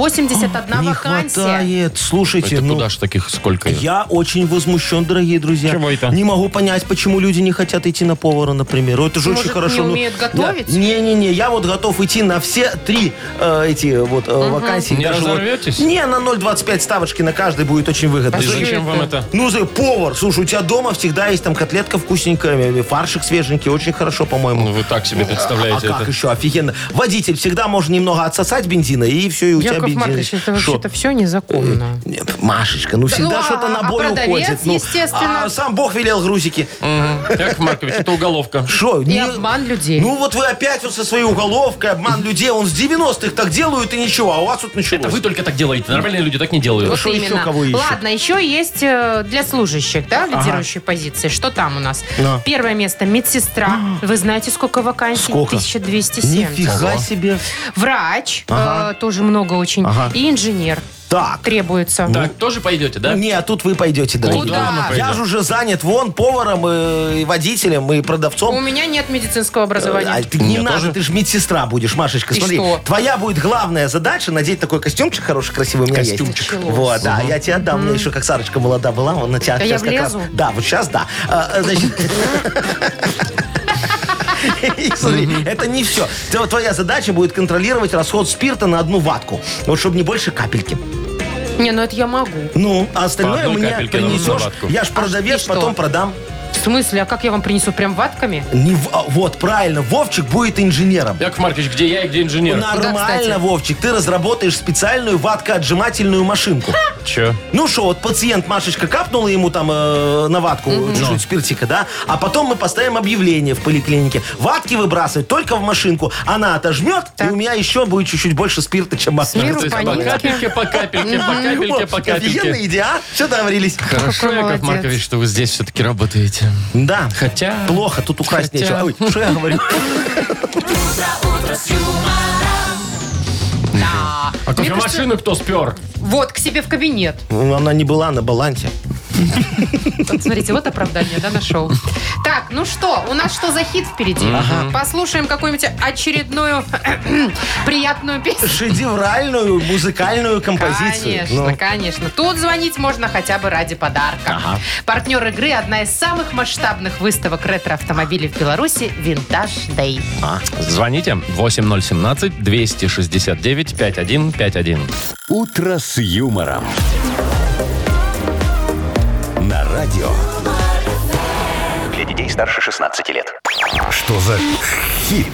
681 Не вакансия. хватает. Слушайте, Это ну... куда ж таких сколько? Я очень возмущен, дорогие друзья. Чего это? Не могу понять, почему люди не хотят идти на повара, например. Это же Может, очень хорошо. не ну, умеют да. готовить? Не-не-не, я вот готов идти на все три э, эти вот э, вакансии. Не Даже вот- разорветесь? не, на 0,25 ставочки на каждый будет очень выгодно. И Ты же- зачем вам это? Ну, за- повар, слушай, у тебя дома всегда есть там котлетка вкусненькая, фаршик свеженький, очень хорошо, по-моему. Ну, вы так себе а представляете как это. еще? Офигенно. Водитель всегда можно немного отсосать бензина, и все, и у тебя Яков бензин. Маркович, это Шо? вообще-то все незаконно. Нет, Машечка, ну всегда ну, а- что-то на а бой продавец, уходит. Ну, естественно. а сам Бог велел грузики. Яков Маркович, это уголовка. Шо, И обман людей. Ну вот вы опять вот со своей уголовкой, обман людей. Он с 90-х так делают и ничего, а у вас тут началось. Это вы только так делаете. Нормальные люди так не Вот делают. Хорошо, еще именно. кого ищут? Ладно, еще есть э, для служащих, да, лидирующие позиции. Что там у нас? Да. А. Первое место медсестра. Вы знаете, сколько вакансий? Сколько? 1207. Нифига себе. Врач, э, тоже много очень. Ага. Ну. И инженер Так. требуется. Так, тоже пойдете, да? Не, а тут вы пойдете, дорогие. Куда друзья. мы пойдем? Я же уже занят вон поваром, э, и водителем, и продавцом. У меня нет медицинского А, образования. ты не надо, ты же медсестра будешь, Машечка. И смотри, что? твоя будет главная задача надеть такой костюмчик хороший, красивый у меня Костюмчик. есть. Вот, да, я тебе отдам. У меня еще как Сарочка молода была, он на тебя Да сейчас я как раз. влезу? Да, вот сейчас да. А, а, значит- И Смотри, это не все. Твоя задача будет контролировать расход спирта на одну ватку. Вот чтобы не больше капельки. Не, ну это я могу. Ну, а остальное одной мне капельке на одну принесешь. ватку. Я ж продавец, А, что? потом продам. В смысле, а как я вам принесу? Прям ватками? Не в- а, Вот, правильно, Вовчик будет инженером. Яков Маркович, где я и где инженер? Ну, Нормально, кстати? Вовчик, ты разработаешь специальную ваткоотжимательную машинку. Че? Ну что, вот пациент Машечка капнула ему там э, на ватку чуть-чуть спиртика, да? А потом мы поставим объявление в поликлинике. Ватки выбрасывать только в машинку. Она отожмет, и у меня еще будет чуть-чуть больше спирта, чем С миру То машинка. есть по по нитке. капельке, по капельке, по капельке, по Офигенная капельке. идея, а? Все договорились. Хорошо, Какой Яков молодец. Маркович, что вы здесь все-таки работаете. Да. Хотя- Плохо, тут украсть Хотя- нечего. Ой, что я говорю? Да. А Мне кажется, кофемашину кто спер? Вот, к себе в кабинет. Ну, Она не была на балансе. Вот, Смотрите, вот оправдание, да, нашел. Так, ну что, у нас что за хит впереди? Послушаем какую-нибудь очередную приятную песню. Шедевральную музыкальную композицию. Конечно, Ну. конечно. Тут звонить можно хотя бы ради подарка. Партнер игры – одна из самых масштабных выставок ретро-автомобилей в Беларуси «Винтаж Дэй». А? Звоните 8017-269-5151. «Утро с юмором». На радио. Для детей старше 16 лет. Что за хит?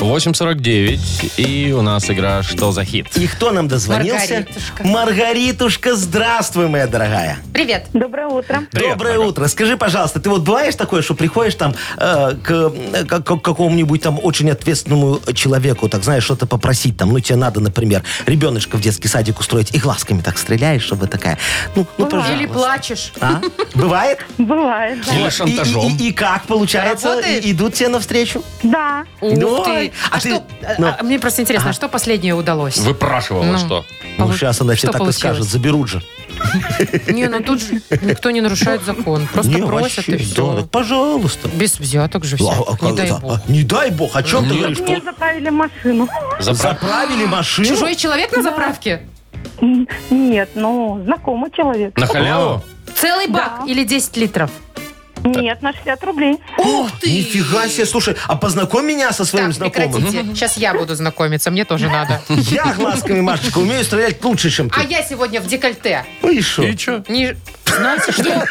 8.49. И у нас игра «Что за хит?» И кто нам дозвонился? Маргаритушка. Маргаритушка, здравствуй, моя дорогая. Привет. Доброе утро. Привет, Доброе Марго. утро. Скажи, пожалуйста, ты вот бываешь такое, что приходишь там э, к, э, к- к какому-нибудь там очень ответственному человеку, так знаешь, что-то попросить там, ну тебе надо, например, ребеночка в детский садик устроить, и глазками так стреляешь, чтобы такая, ну, ну пожалуйста. Или плачешь. А? Бывает? Бывает, да. Или шантажом. И, и- и- и как получается? Работает? И- идут тебе навстречу? Да. Ну, Ух ты. а А ты- что- ну. а, Мне просто интересно, а что последнее удалось? Выпрашивала что? Ну, Полу- сейчас она А Что тебе так получилось? и скажет, заберут же. Не, ну тут же никто не нарушает закон. Просто Не, просят и вообще, да, все. так, пожалуйста. Без взяток же все. А- а Не как дай это? бог. А, не дай бог, о чем ты Нет. говоришь? Мне заправили машину. Забра- Заправили машину? Чужой человек на заправке? М, Нет, ну, знакомый человек. На халяву? Целый бак или 10 литров? Нет, на 60 рублей. Ух ты! Нифига себе, слушай, а познакомь меня со своим Так, знакомым. прекратите. Сейчас я буду знакомиться, мне тоже надо. Я глазками, Машечка, умею стрелять лучше, чем А ты. я сегодня в декольте. Ну и шо? И что? Не... Знаете что?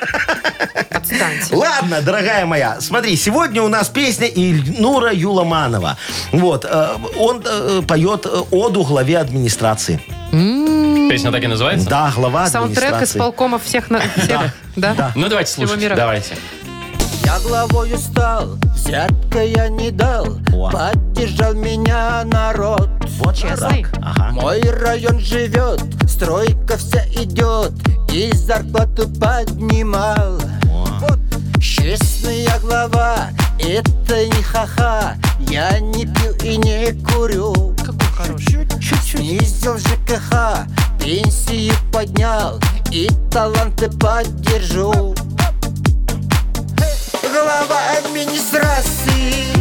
Отстаньте. Ладно, дорогая моя, смотри, сегодня у нас песня Ильнура Юламанова. Вот, э, он э, поет э, оду главе администрации. Песня так и называется? Да, глава Саундтрек администрации. из полкомов всех на... всех, Да? Ну, давайте Всего слушать. мира. Давайте. Я главою стал, взятка я не дал О. Поддержал меня народ Вот Честный. так. Ага. Мой район живет, стройка вся идет, и зарплату поднимал. Вот честная глава, это не ха-ха, я не пью и не курю. Какой хороший. Чуть-чуть снизил ЖКХ, пенсию поднял и таланты поддержу. Глава администрации.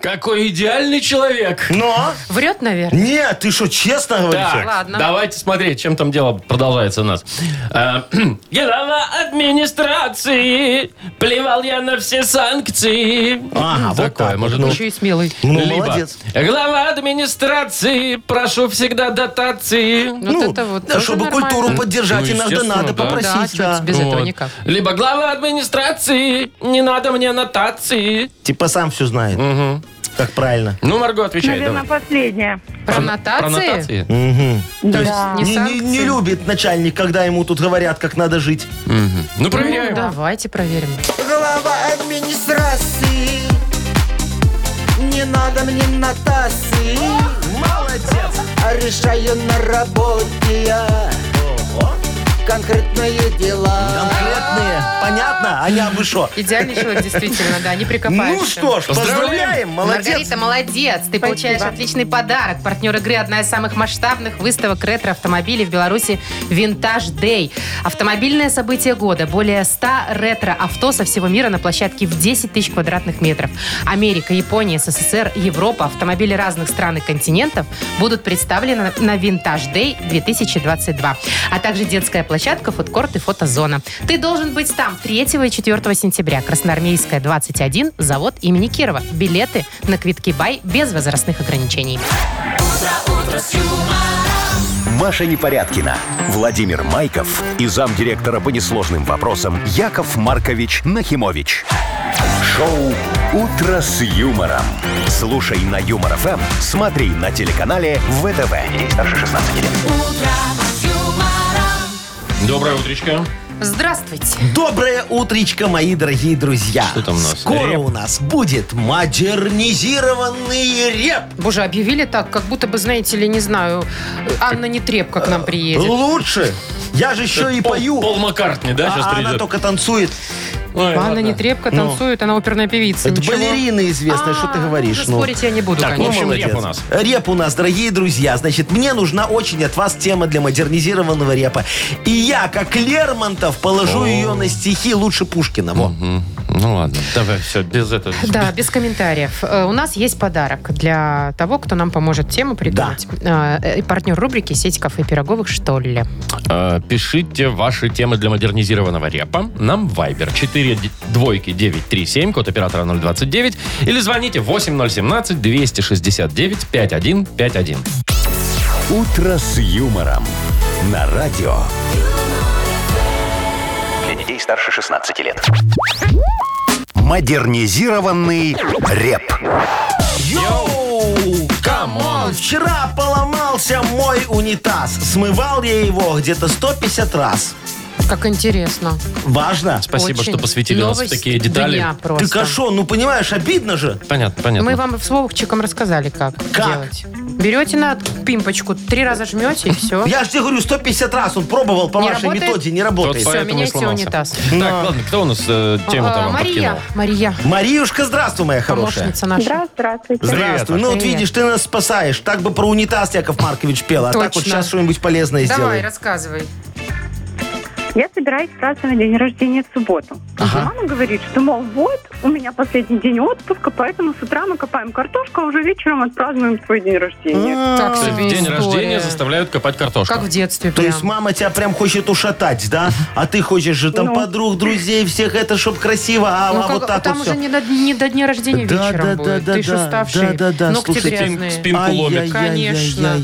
Какой идеальный человек. Но? Врет, наверное. Нет, ты что, честно Так, говоришь? Ладно. давайте смотреть, чем там дело продолжается у нас. Э, Глава администрации, плевал я на все санкции. Ага, вот Такое, так может вот, быть. Еще и смелый. Ну, Либо молодец. глава администрации, прошу всегда дотации. Ну, Вот это вот ну, да, тоже чтобы нормально. культуру поддержать, Ну, иногда естественно, надо да. Да, попросить. чуть Да, без этого Вот. никак. Либо глава администрации, не надо мне нотации. Типа сам все знает. Как правильно. Ну, Марго, отвечай. Наверное, давай. последняя. Про нотации? Про нотации? То есть Да. не Не, не- санкции? не любит начальник, когда ему тут говорят, как надо жить. Мгм. Ну, Ну, проверяем. давайте проверим. Глава администрации. Не надо мне на тассы. Молодец. а Решаю на работе я конкретные дела. Конкретные. Понятно? А я бы шо? Идеальный человек, действительно, да, не прикопаешься. Ну что ж, поздравляем. Молодец. Маргарита, молодец. Ты получаешь отличный подарок. Партнер игры – одна из самых масштабных выставок ретро-автомобилей в Беларуси «Винтаж Дэй». Автомобильное событие года. Более 100 ретро-авто со всего мира на площадке в 10 тысяч квадратных метров. Америка, Япония, СССР, Европа, автомобили разных стран и континентов будут представлены на «Винтаж Дэй 2022», а также детская площадка, фудкорт и фотозона. Ты должен быть там 3 и 4 сентября. Красноармейская, 21, завод имени Кирова. Билеты на Квитки Бай без возрастных ограничений. Маша Непорядкина, Владимир Майков и замдиректора по несложным вопросам Яков Маркович Нахимович. Шоу «Утро с юмором». Слушай на Юмор ФМ, смотри на телеканале ВТВ. Ей старше 16 лет. Доброе утречко. Здравствуйте. Доброе утречко, мои дорогие друзья. Что там у нас? Скоро Реп? у нас будет модернизированный реп. Боже, объявили так, как будто бы, знаете ли, не знаю, Анна Нетребко к Э, нам ну, приедет. Лучше. Я же еще и Пол- Пол пою. Маккартни, да, А сейчас она придет? только танцует. Ой, Анна ладно. Нетребко Ну. танцует, она оперная певица. Это ничего. балерина известная, что ты А, говоришь. уже ну. Спорить я не буду, Так, ну, в конечно. общем, Молодец. реп у нас. Реп у нас, дорогие друзья. Значит, мне нужна очень от вас тема для модернизированного репа. И я, как Лермонтов, положу ее на стихи лучше Пушкина. Во. Мгм. Ну ладно, давай, все, без этого. Да, без комментариев. Э, У нас есть подарок для того, кто нам поможет тему придумать. Э, и Партнер рубрики «Сеть кафе пироговых, что ли?» Э, Пишите ваши темы для модернизированного репа нам в Viber 4 двойки 937, код оператора 029, или звоните 8017 269 5151. «Утро с юмором» на радио. Для детей старше 16 лет. Модернизированный реп. Йоу! Камон! Вчера поломался мой унитаз. Смывал я его где-то 150 раз. Как интересно. Важно? Спасибо, Очень. что посвятили нас в Новость такие детали. дня Ты просто. кашо, ну понимаешь, обидно же. Понятно, понятно. Мы вам с Вовчиком рассказали, как, Как? делать. Берете на пимпочку, три раза жмете, и все. Я же тебе говорю, 150 раз он пробовал по Не вашей работает? методе, не Вот работает. поэтому и меняйте сломался. унитаз. Так, ладно, кто у нас э, тему-то А, вам подкинул? Мария, Мария, Мариюшка, здравствуй, моя хорошая. помощница наша. Да, здравствуйте. Здравствуй. Ну вот Привет. видишь, ты нас спасаешь. Так бы про унитаз Яков Маркович пела, а так вот Точно. сейчас что-нибудь полезное Давай, сделай. рассказывай. Я собираюсь праздновать день рождения в субботу. Мама говорит, что, мол, вот, у меня последний день отпуска, поэтому с утра мы копаем картошку, а уже вечером отпразднуем свой день рождения. М-м. Так То есть себе в день история. рождения заставляют копать картошку. Как в детстве То прям. есть мама тебя прям хочет ушатать, да? А ты хочешь же там Ну. подруг, друзей, всех это, чтоб красиво, а, Ну, а как- вот так там вот уже все. не до, не до дня рождения Да, вечером да, будет. да, Ты да, же да, уставший. да, да, Ногти слушайте. грязные. Спин- спинку ломит. Конечно.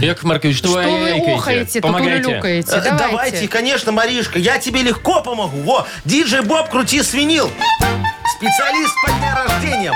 Яков Маркович, что, Что вы вы охаете? охаете, тут Помогайте. улюлюкаете? Э, Давайте. Давайте. конечно, Маришка, я тебе легко помогу. Во, диджей Боб, крути свинил. Специалист по дня рождения.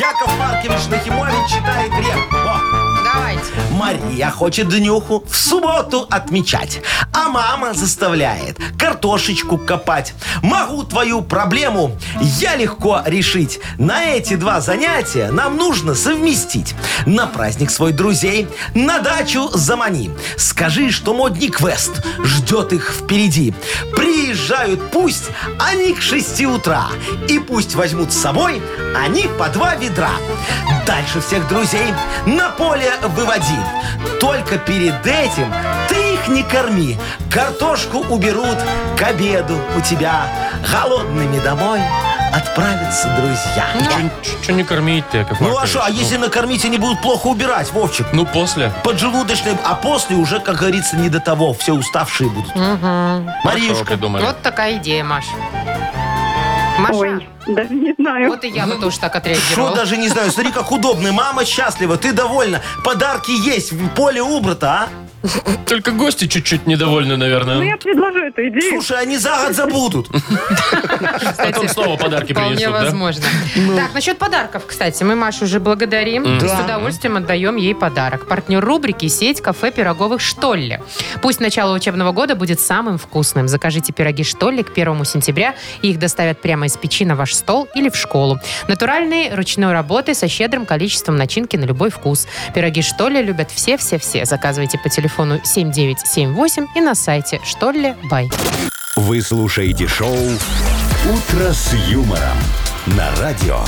Яков Маркович Нахимович читает реп. Во. Да, Давайте. Мария хочет днюху в субботу отмечать, а мама заставляет картошечку копать. Могу твою проблему я легко решить. На эти два занятия нам нужно совместить. На праздник свой друзей на дачу замани. Скажи, что модный квест ждет их впереди. Приезжают пусть они к 6 утра. И пусть возьмут с собой они по два ведра. Дальше всех друзей на поле выводи. Только перед этим ты их не корми. Картошку уберут к обеду у тебя. Голодными домой отправятся друзья. Что не кормить-то, Яков Ну а Маркович? что, а если накормить, они будут плохо убирать, Вовчик? Ну, после. Поджелудочные, а после уже, как говорится, не до того. Все уставшие будут. Хорошо Мариюшка, придумали. Вот такая идея, Маша. Маша, Ой, даже не знаю. вот и я бы тоже так Что, отреагировала. даже не знаю. Смотри, как удобно. Мама счастлива, ты довольна. Подарки есть, поле убрато, а? Только гости чуть-чуть недовольны, Ну, наверное. я предложу эту идею. Слушай, они за год забудут. Кстати, Потом снова подарки Вполне принесут, да? возможно. Так, насчет подарков, кстати. Мы Машу уже благодарим. И С удовольствием отдаем ей подарок. Партнер рубрики «Сеть кафе пироговых Штолле». Пусть начало учебного года будет самым вкусным. Закажите пироги Штолле к 1 сентября. и Их доставят прямо из печи на ваш стол или в школу. Натуральные, ручной работы, со щедрым количеством начинки на любой вкус. Пироги Штолле любят все-все-все. Заказывайте по телефону 7978 и на сайте Штолле Бай. Вы слушаете шоу «Утро с юмором» на радио.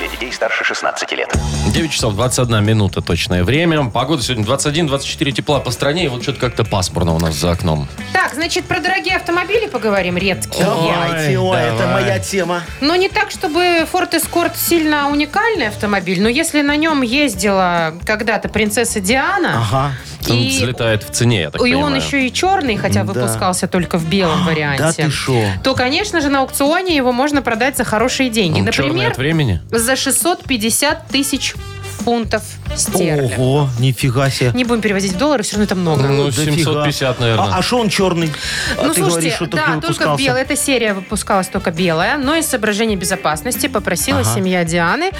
Для детей старше 16 лет. 9 часов 21 минута точное время. Погода сегодня 21-24 тепла по стране. И вот что-то как-то пасмурно у нас за окном. Так, значит, про дорогие автомобили поговорим, редкие. Давайте, ой, это давай. моя тема. Но Ну, не так, чтобы Ford Escort сильно уникальный автомобиль, но если на нем ездила когда-то принцесса Диана, Ага. Он И- взлетает в цене, я так и понимаю. А, он еще и черный, хотя Да. выпускался только в белом варианте, Да ты шо? то, конечно же, на аукционе его можно продать за хорошие деньги. Он черный Например, от времени. за 650 тысяч фунтов стерлингов. Ого, нифига себе. Не будем переводить в доллары, все равно это много. Ну, Дофига. 750, наверное. А что он А черный? Ну, слушайте, да, только белая. Эта серия выпускалась только белая, но из соображений безопасности попросила Ага. семья Дианы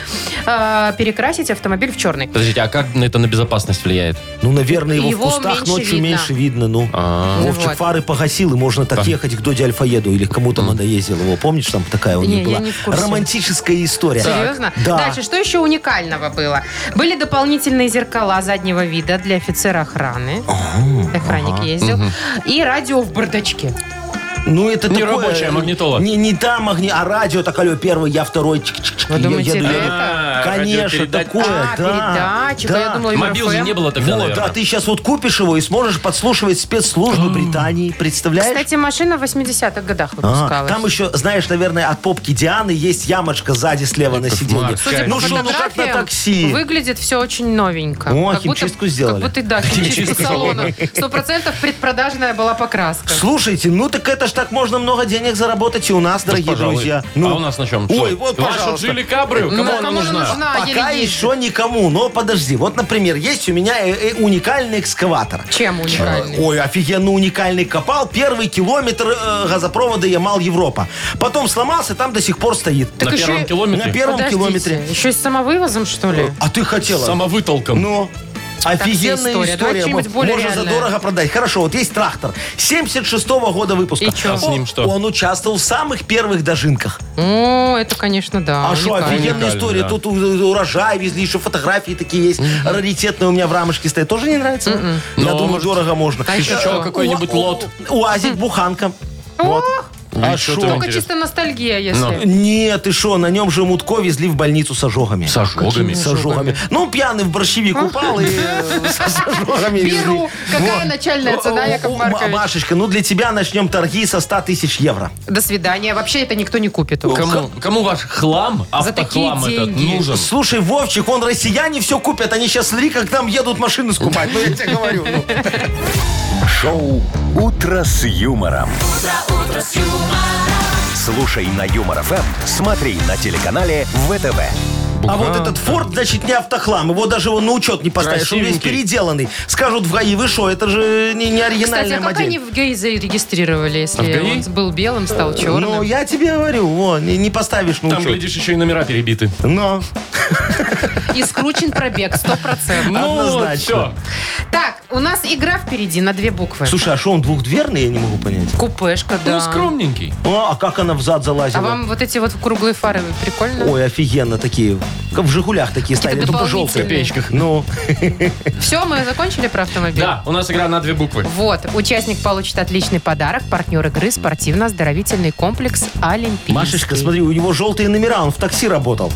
э, перекрасить автомобиль в черный. Подождите, а как на это на безопасность влияет? Ну, наверное, его, Его в кустах меньше ночью видно. меньше видно. Ну. А, Вовчик Вот. фары погасил, и можно так ехать к Доде Альфаеду или к кому там она ездила. Во, помнишь, там такая у Не, нее я была не в курсе. романтическая история. Серьезно? Да. Дальше, что еще уникального было? Были дополнительные зеркала заднего вида для офицера охраны. Охранник ездил. И радио в бардачке. Ну, это Не такое, рабочая магнитола. Не, не та магни, а радио, так, алло, первый, я второй. чик, чик, чик, Вы я думаете, еду, еду. это? Конечно, Радиопередач- такое, а, да. передатчик. да. Я думала, Юмор Мобил же ФМ. не было Вот, тогда, наверное. да, ты сейчас вот купишь его и сможешь подслушивать А. спецслужбы Британии. Представляешь? Кстати, машина в 80-х годах А, выпускалась. там еще, знаешь, наверное, от попки Дианы есть ямочка сзади слева на сиденье. Маркович. Судя по Ну что, ну как на фотографиям, такси? Выглядит все очень новенько. О, Как будто- химчистку сделали. Как будто, да, химчистку Химчистку салона. Сто процентов предпродажная была покраска. Слушайте, ну так это ж так можно много денег заработать и у нас, дорогие пожалуй. друзья. а Ну, у нас на чем? Ой, Что? вот, Ваша пожалуйста. Джили Кабрио, кому Ну, она кому она нужна? нужна? Пока еле еще никому, но подожди. Вот, например, есть у меня э, э, уникальный экскаватор. Чем уникальный? Ой, офигенно уникальный. Копал первый километр э, газопровода Ямал Европа. Потом сломался, там до сих пор стоит. На еще первом и- На километре? первом километре. Еще и с самовывозом, что ли? А ты хотела? Самовытолком. Ну, офигенная история. история. Давай что-нибудь Мо- более Можно реальное. задорого продать. Хорошо, вот есть трактор 76-го года выпуска. И чё? А с ним О, что? Он участвовал в самых первых дожинках. О, это, конечно, да. А что, уникально. Ну, офигенная Уникально, история. да. Тут у- у- урожай везли, еще фотографии такие есть. Раритетные у меня в рамочке стоят. Тоже не нравится? Я Ну, думаю, может, дорого можно. а ещё Э, чё, какой-нибудь уа- лот? Уазик Буханка. Вот. И А что шо? там Только Только интересно? чисто ностальгия, Ну, если. Нет, ты что, на нем же Мутко везли в больницу с ожогами. С ожогами. С ожогами. Ну, пьяный в борщевик упал и э, с с ожогами Беру. везли. Какая начальная цена, О, Яков о, Ма- Маркович? Машечка, ну для тебя начнем торги со 100 тысяч евро. До свидания. Вообще это никто не купит. Кому, кому ваш хлам, За такие автохлам этот деньги. нужен? Слушай, Вовчик, он россияне все купят. Они сейчас, смотри, как там едут машины скупать. Ну, я тебе говорю. ну. Шоу «Утро с юмором». Слушай на Юмор ФМ, смотри на телеканале ВТВ. А вот бухгалтер. этот форт, значит, не автохлам. Его даже его на учет не поставишь. Он весь Красивенький. переделанный. Скажут в ГАИ, вы что, это же не, не Кстати, оригинальная а как модель. они в ГАИ А зарегистрировали, в если ГАИ? он был белым, стал Ну, черным? я тебе говорю, во, не, не поставишь на Там, учет. глядишь, еще и номера перебиты. Но, И скручен пробег, 100%. Ну, вот Однозначно. всё. Так, у нас игра впереди на две буквы. слушай, а что он двухдверный, я не могу понять. Купешка, да. Ну, скромненький. О, а как она взад А залазила? вам вот эти вот круглые фары прикольно? Ой, офигенно такие. Как в «Жигулях» такие стали, только дополнительные. желтые. Печках. Ну, Все, мы закончили про автомобиль? Да, у нас игра на две буквы. Вот, участник получит отличный подарок. Партнер игры спортивно-оздоровительный комплекс «Олимпийский». Машечка, смотри, у него желтые номера, он в такси работал.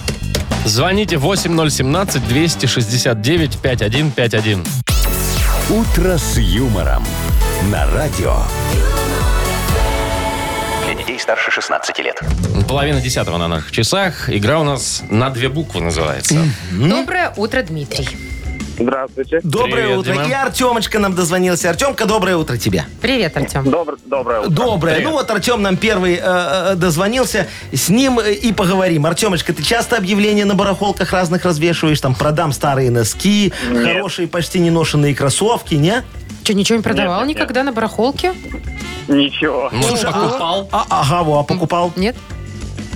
Звоните 8017-269-5151. «Утро с юмором» на радио. Для детей старше 16 лет. Половина десятого на наших часах. Игра у нас на две буквы называется. Доброе утро, Дмитрий. Здравствуйте. Доброе Привет, утро. Дима. И Артемочка нам дозвонился. Артемка, доброе утро тебе. Привет, Артем. Добр- доброе утро. Доброе. Привет. Ну вот Артем нам первый э, э, дозвонился. С ним э, и поговорим. Артемочка, ты часто объявления на барахолках разных развешиваешь? Там продам старые носки, хорошие почти не ношенные кроссовки, не? Че, ничего не продавал Нет, нет, никогда на барахолке? Ничего, Может, Ну, покупал? А, ага, во, а покупал? Нет?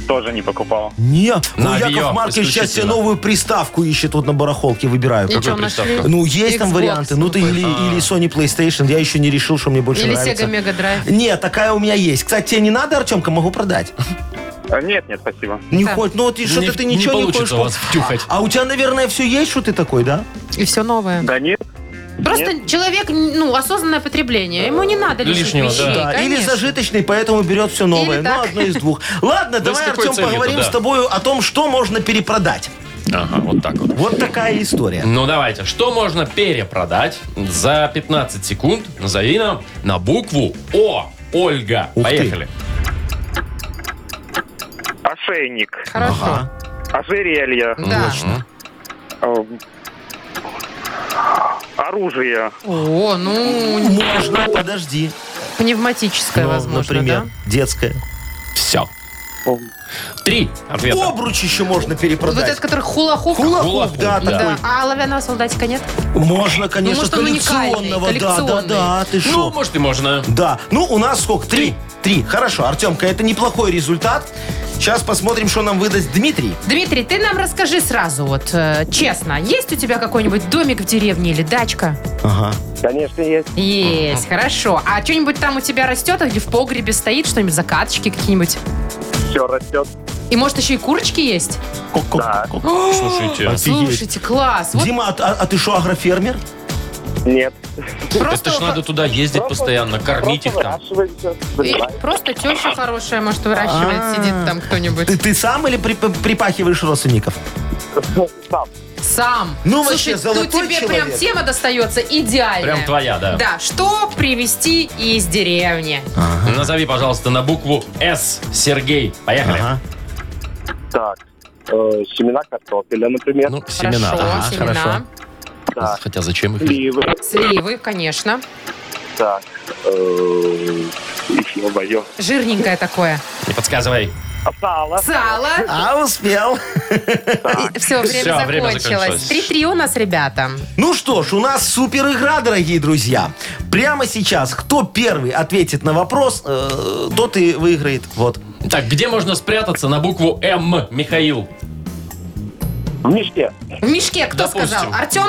тоже не покупал. Не. Ну, На авиа Яков Маркович сейчас себе исключительно. новую новую приставку ищет. Вот на барахолке выбираю. И чё, приставка? нашли? Ну, есть там Xbox варианты. Ну, ты или, или Sony PlayStation. Я еще не решил, что мне больше Или нравится. Sega Mega Drive. Нет, такая у меня есть. Кстати, тебе не надо, Артемка, могу продать. А, Нет, нет, спасибо. Не Да. хоть, ну вот и Не- что-то ты не ничего не, получится хочешь. у вас А- втюхать. А, у тебя, наверное, все есть, что ты такой, да? И все новое. Да нет, Просто человек, ну, осознанное потребление. Ему не Ну, надо лишних Лишнего, вещей, да. Или конечно. зажиточный, поэтому берет все новое. Или ну, так. одно из двух. Ладно, Да с давай, какой Артем, целью-то, поговорим да. с тобою о том, что можно перепродать. Ага, вот так вот. Вот такая история. Ну, давайте. Что можно перепродать за 15 секунд? Назови нам на букву О. Ольга. ты. Поехали. ошейник, Хорошо. ожерелье, Да. эм, оружие, О, ну, Можно, подожди. пневматическое, Ну, возможно, например, детская. Все. Три ответа. Обруч еще можно да? Вот перепродать. этот, который хула-хуп. Кулаков, да, Да. такой. Да. А оловянного солдатика нет? Можно, конечно, может, он уникальный, коллекционного. Да, да, да, ты Ну, что? может, и можно. Да. Ну, у нас сколько? Три. Три. Хорошо, Артемка, это неплохой результат. Сейчас посмотрим, что нам выдаст Дмитрий. Дмитрий, ты нам расскажи сразу, вот э, честно, есть у тебя какой-нибудь домик в деревне или дачка? Ага. Конечно, есть. Есть, хорошо. А что-нибудь там у тебя растет или в погребе стоит, что-нибудь закаточки какие-нибудь? Все растет. И может еще и курочки есть? Ко-ко. Да. Слушайте. Слушайте, класс. Вот Дима, а, а- а ты что, агрофермер? Нет. Это просто, ж надо туда ездить постоянно, кормить их там. и просто теща хорошая, может, выращивает, А. сидит там кто-нибудь. Ты, ты сам или прип- припахиваешь родственников? Сам. Ну, Слушай, вообще, золотой тут тебе прям человек. тема достается идеальная. Прям твоя, да. Да, что привезти из деревни? А, Назови, пожалуйста, на букву С. Сергей. Поехали. Ага. Так, э, семена картофеля, например. Ну, семена. Хорошо, Ага, семена. хорошо. так, Хотя зачем их? сливы, Сливы, конечно. так, э, и всё, моё. Жирненькое такое. Не подсказывай. Сало. Сало. А, успел. Все, время Всё, время закончилось. закончилось. 3-3 у нас, ребята. Ну что ж, у нас супер игра, дорогие друзья. Прямо сейчас, кто первый ответит на вопрос, э, тот и выиграет. Вот. Так, где можно спрятаться на букву М, Михаил? В мешке. В мешке кто Допустим. сказал? Артем?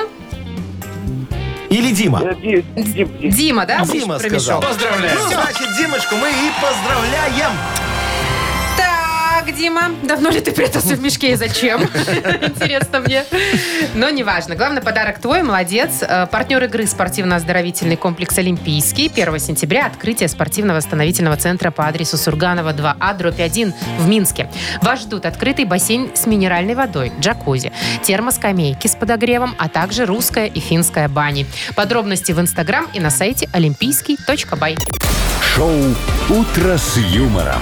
Или Дима. Э, ди- ди- ди- Дима, да? Дима Про мешок. сказал. Поздравляю. Ну, значит, Димочку мы и поздравляем. Так, Дима, давно ли ты прятался в мешке и зачем? Интересно мне. Но неважно. Главный подарок твой, молодец. Э, Партнер игры спортивно-оздоровительный комплекс «Олимпийский». 1 сентября открытие спортивно-восстановительного центра по адресу Сурганова 2А, дробь 1 в Минске. Вас ждут открытый бассейн с минеральной водой, джакузи, термоскамейки с подогревом, а также русская и финская бани. Подробности в Инстаграм и на сайте олимпийский.бай. Шоу «Утро с юмором»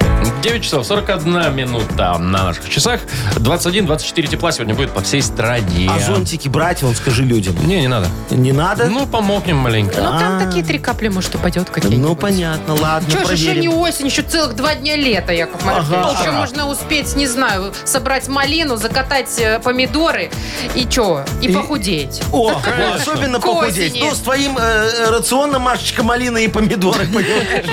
9 часов 41 минута на наших часах. 21-24 тепла сегодня будет по всей стране. А зонтики брать, вон, скажи людям. Не, не надо. Не надо? Ну, помокнем маленько. Ну, там такие три капли, может, упадет какие-нибудь. А. Ну, понятно, ладно, Че же еще не проверим. осень, еще целых два дня лета, Яков Маркович. еще можно успеть, не знаю, собрать малину, закатать э, помидоры и че, и, похудеть. О, э, особенно К похудеть. осени. Ну, с твоим э, рационом, Машечка, малина и помидоры, понимаешь?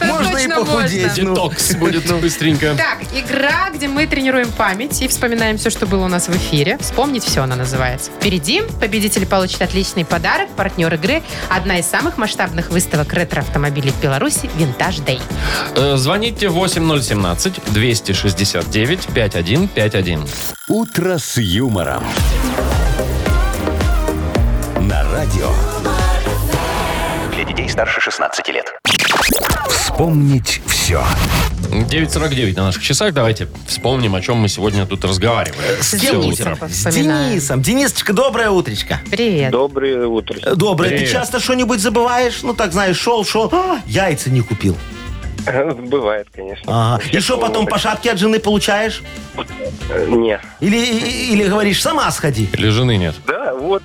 Можно и точно похудеть. можно. ну. Детокс будет быстренько. Так, игра, где мы тренируем память и вспоминаем все, что было у нас в эфире. Вспомнить все она называется. Впереди победитель получит отличный подарок, партнер игры, одна из самых масштабных выставок ретро-автомобилей в Беларуси «Винтаж Дэй». Э, Звоните 8017-269-5151. «Утро с юмором». На радио. Для детей старше 16 лет. Вспомнить все. 9.49 на наших часах. Давайте вспомним, о чем мы сегодня тут разговариваем. С Всё кем утро. утром? утро. С Денисом. Денисочка, доброе утречко. Привет. Доброе утро. Э, Доброе. Привет. Ты часто что-нибудь забываешь? Ну, так знаешь, шел, шел. А, яйца не купил. Бывает, конечно. Ага. И что потом по шапке от жены получаешь? Э, Не. Или, и- или говоришь, сама сходи. Или жены нет? Да, вот.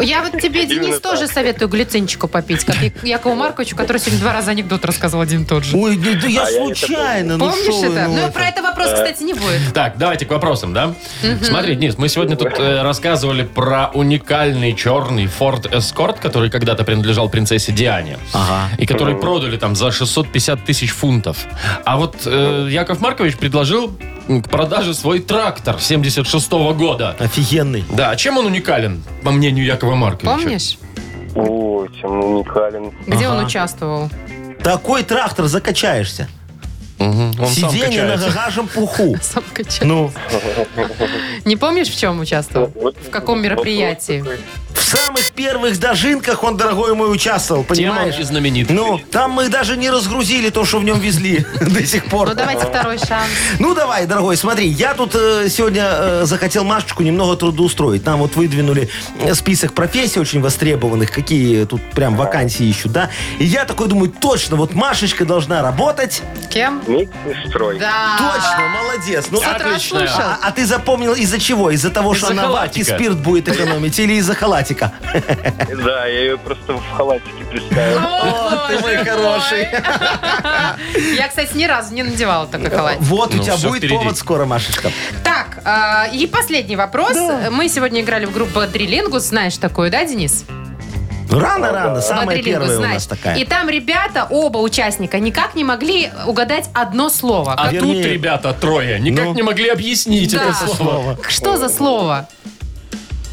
Я вот тебе, Денис, Именно тоже советую глицинчику попить, как Я- Якову Марковичу, который сегодня два раза анекдот рассказывал один и тот же. Ой, да, да я А я не случайно. ну Помнишь шо вы, это? ну Ну, это. про это вопрос, кстати, не будет. Так, давайте к вопросам, да? Смотри, Денис, мы сегодня тут э, рассказывали про уникальный черный Ford Escort, который когда-то принадлежал принцессе Диане. Ага. И который продали там за 650 тысяч фунтов. А вот э, Яков Маркович предложил м, к продаже свой трактор 76-го года. Офигенный. Да, а чем он уникален, по мнению Якова Марковича? Помнишь? Очень уникален. Где он Ага. участвовал? Такой трактор закачаешься. Мгм, он сам Сиденье на качается. гагажем пуху. Сам качал. Ну, Не помнишь, в чем участвовал? В каком мероприятии? в самых первых дожинках он, дорогой мой, участвовал, Тем он понимаешь? и знаменит. Ну, там мы даже не разгрузили то, что в нем везли до сих пор. Ну, давайте второй шанс. Ну, давай, дорогой, смотри, я тут э, сегодня э, захотел Машечку немного трудоустроить. Нам вот выдвинули э, список профессий очень востребованных, какие тут прям вакансии ищут, да? И я такой думаю, точно, вот Машечка должна работать. Кем? Медсестрой. Да. Точно, молодец. Ну, С утра Отлично. слушал. а, а ты запомнил из-за чего? Из-за того, Из-за что она ватки халатика. спирт будет экономить или из-за халатика? Да, я ее просто в халатике представил. О, ты мой боже хороший. мой. Я, кстати, ни разу не надевала такой халат. Вот Ну, у тебя всё будет впереди. повод скоро, Машечка. Так, а, и последний вопрос. Мы сегодня играли в группу Бодрилингус. Знаешь такую, да, Денис? Рано-рано, самая Бодрилингус, первая у знаешь. нас такая. И там ребята, оба участника, никак не могли угадать одно слово. А вернее- тут, ребята, трое никак Ну. не могли объяснить Да. это слово. Слово. Что за слово?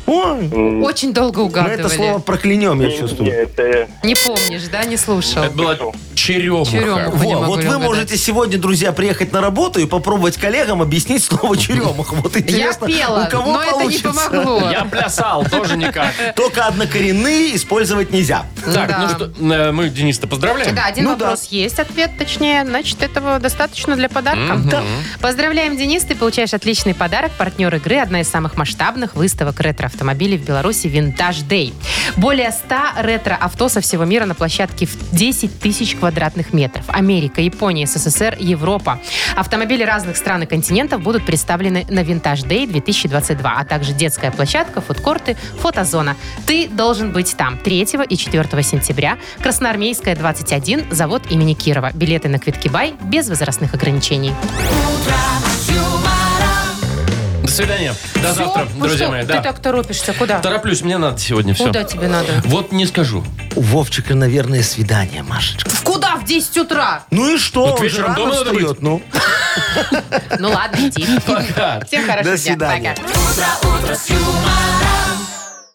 Ой, Очень долго мы угадывали. Ну, это слово проклянем, я чувствую. это Не помнишь, да? Не слушал. Это была черемуха. Черемуха. не Во, могу вот я вы угадать. можете сегодня, друзья, приехать на работу и попробовать коллегам объяснить слово черемух. Вот Я интересно, пела, у кого но это не получится. помогло. Я плясал, тоже никак. Только однокоренные использовать нельзя. Так, Да. ну что, э, мы Дениса-то поздравляем. Да, один Ну вопрос есть, ответ точнее. Значит, этого достаточно для подарка. Да. Поздравляем, Денис, ты получаешь отличный подарок. Партнер игры – одна из самых масштабных выставок ретро-автомобилей в Беларуси «Винтаж Дэй». Более 100 ретро-авто со всего мира на площадке в 10 тысяч квадратных метров. Америка, Япония, СССР, Европа. Автомобили разных стран и континентов будут представлены на «Винтаж Дэй 2022», а также детская площадка, фудкорты, фотозона. Ты должен быть там 3 и 4 сентября. Красноармейская, 21, завод имени Кирова. Билеты на квитки Бай без возрастных ограничений. До свидания. До Всё? завтра, Ну друзья что мои. Ты Да. так торопишься. Куда? Тороплюсь, мне надо сегодня все. Куда тебе надо? Вот не скажу. У Вовчика, наверное, свидание, Машечка. В куда в 10 утра? Ну и что? Ну, к он же вечеру дома рано надо встает. быть. Ну, Ну ладно, иди. Пока. Всем хорошего дня. До свидания. Пока. утро, утро с юмором.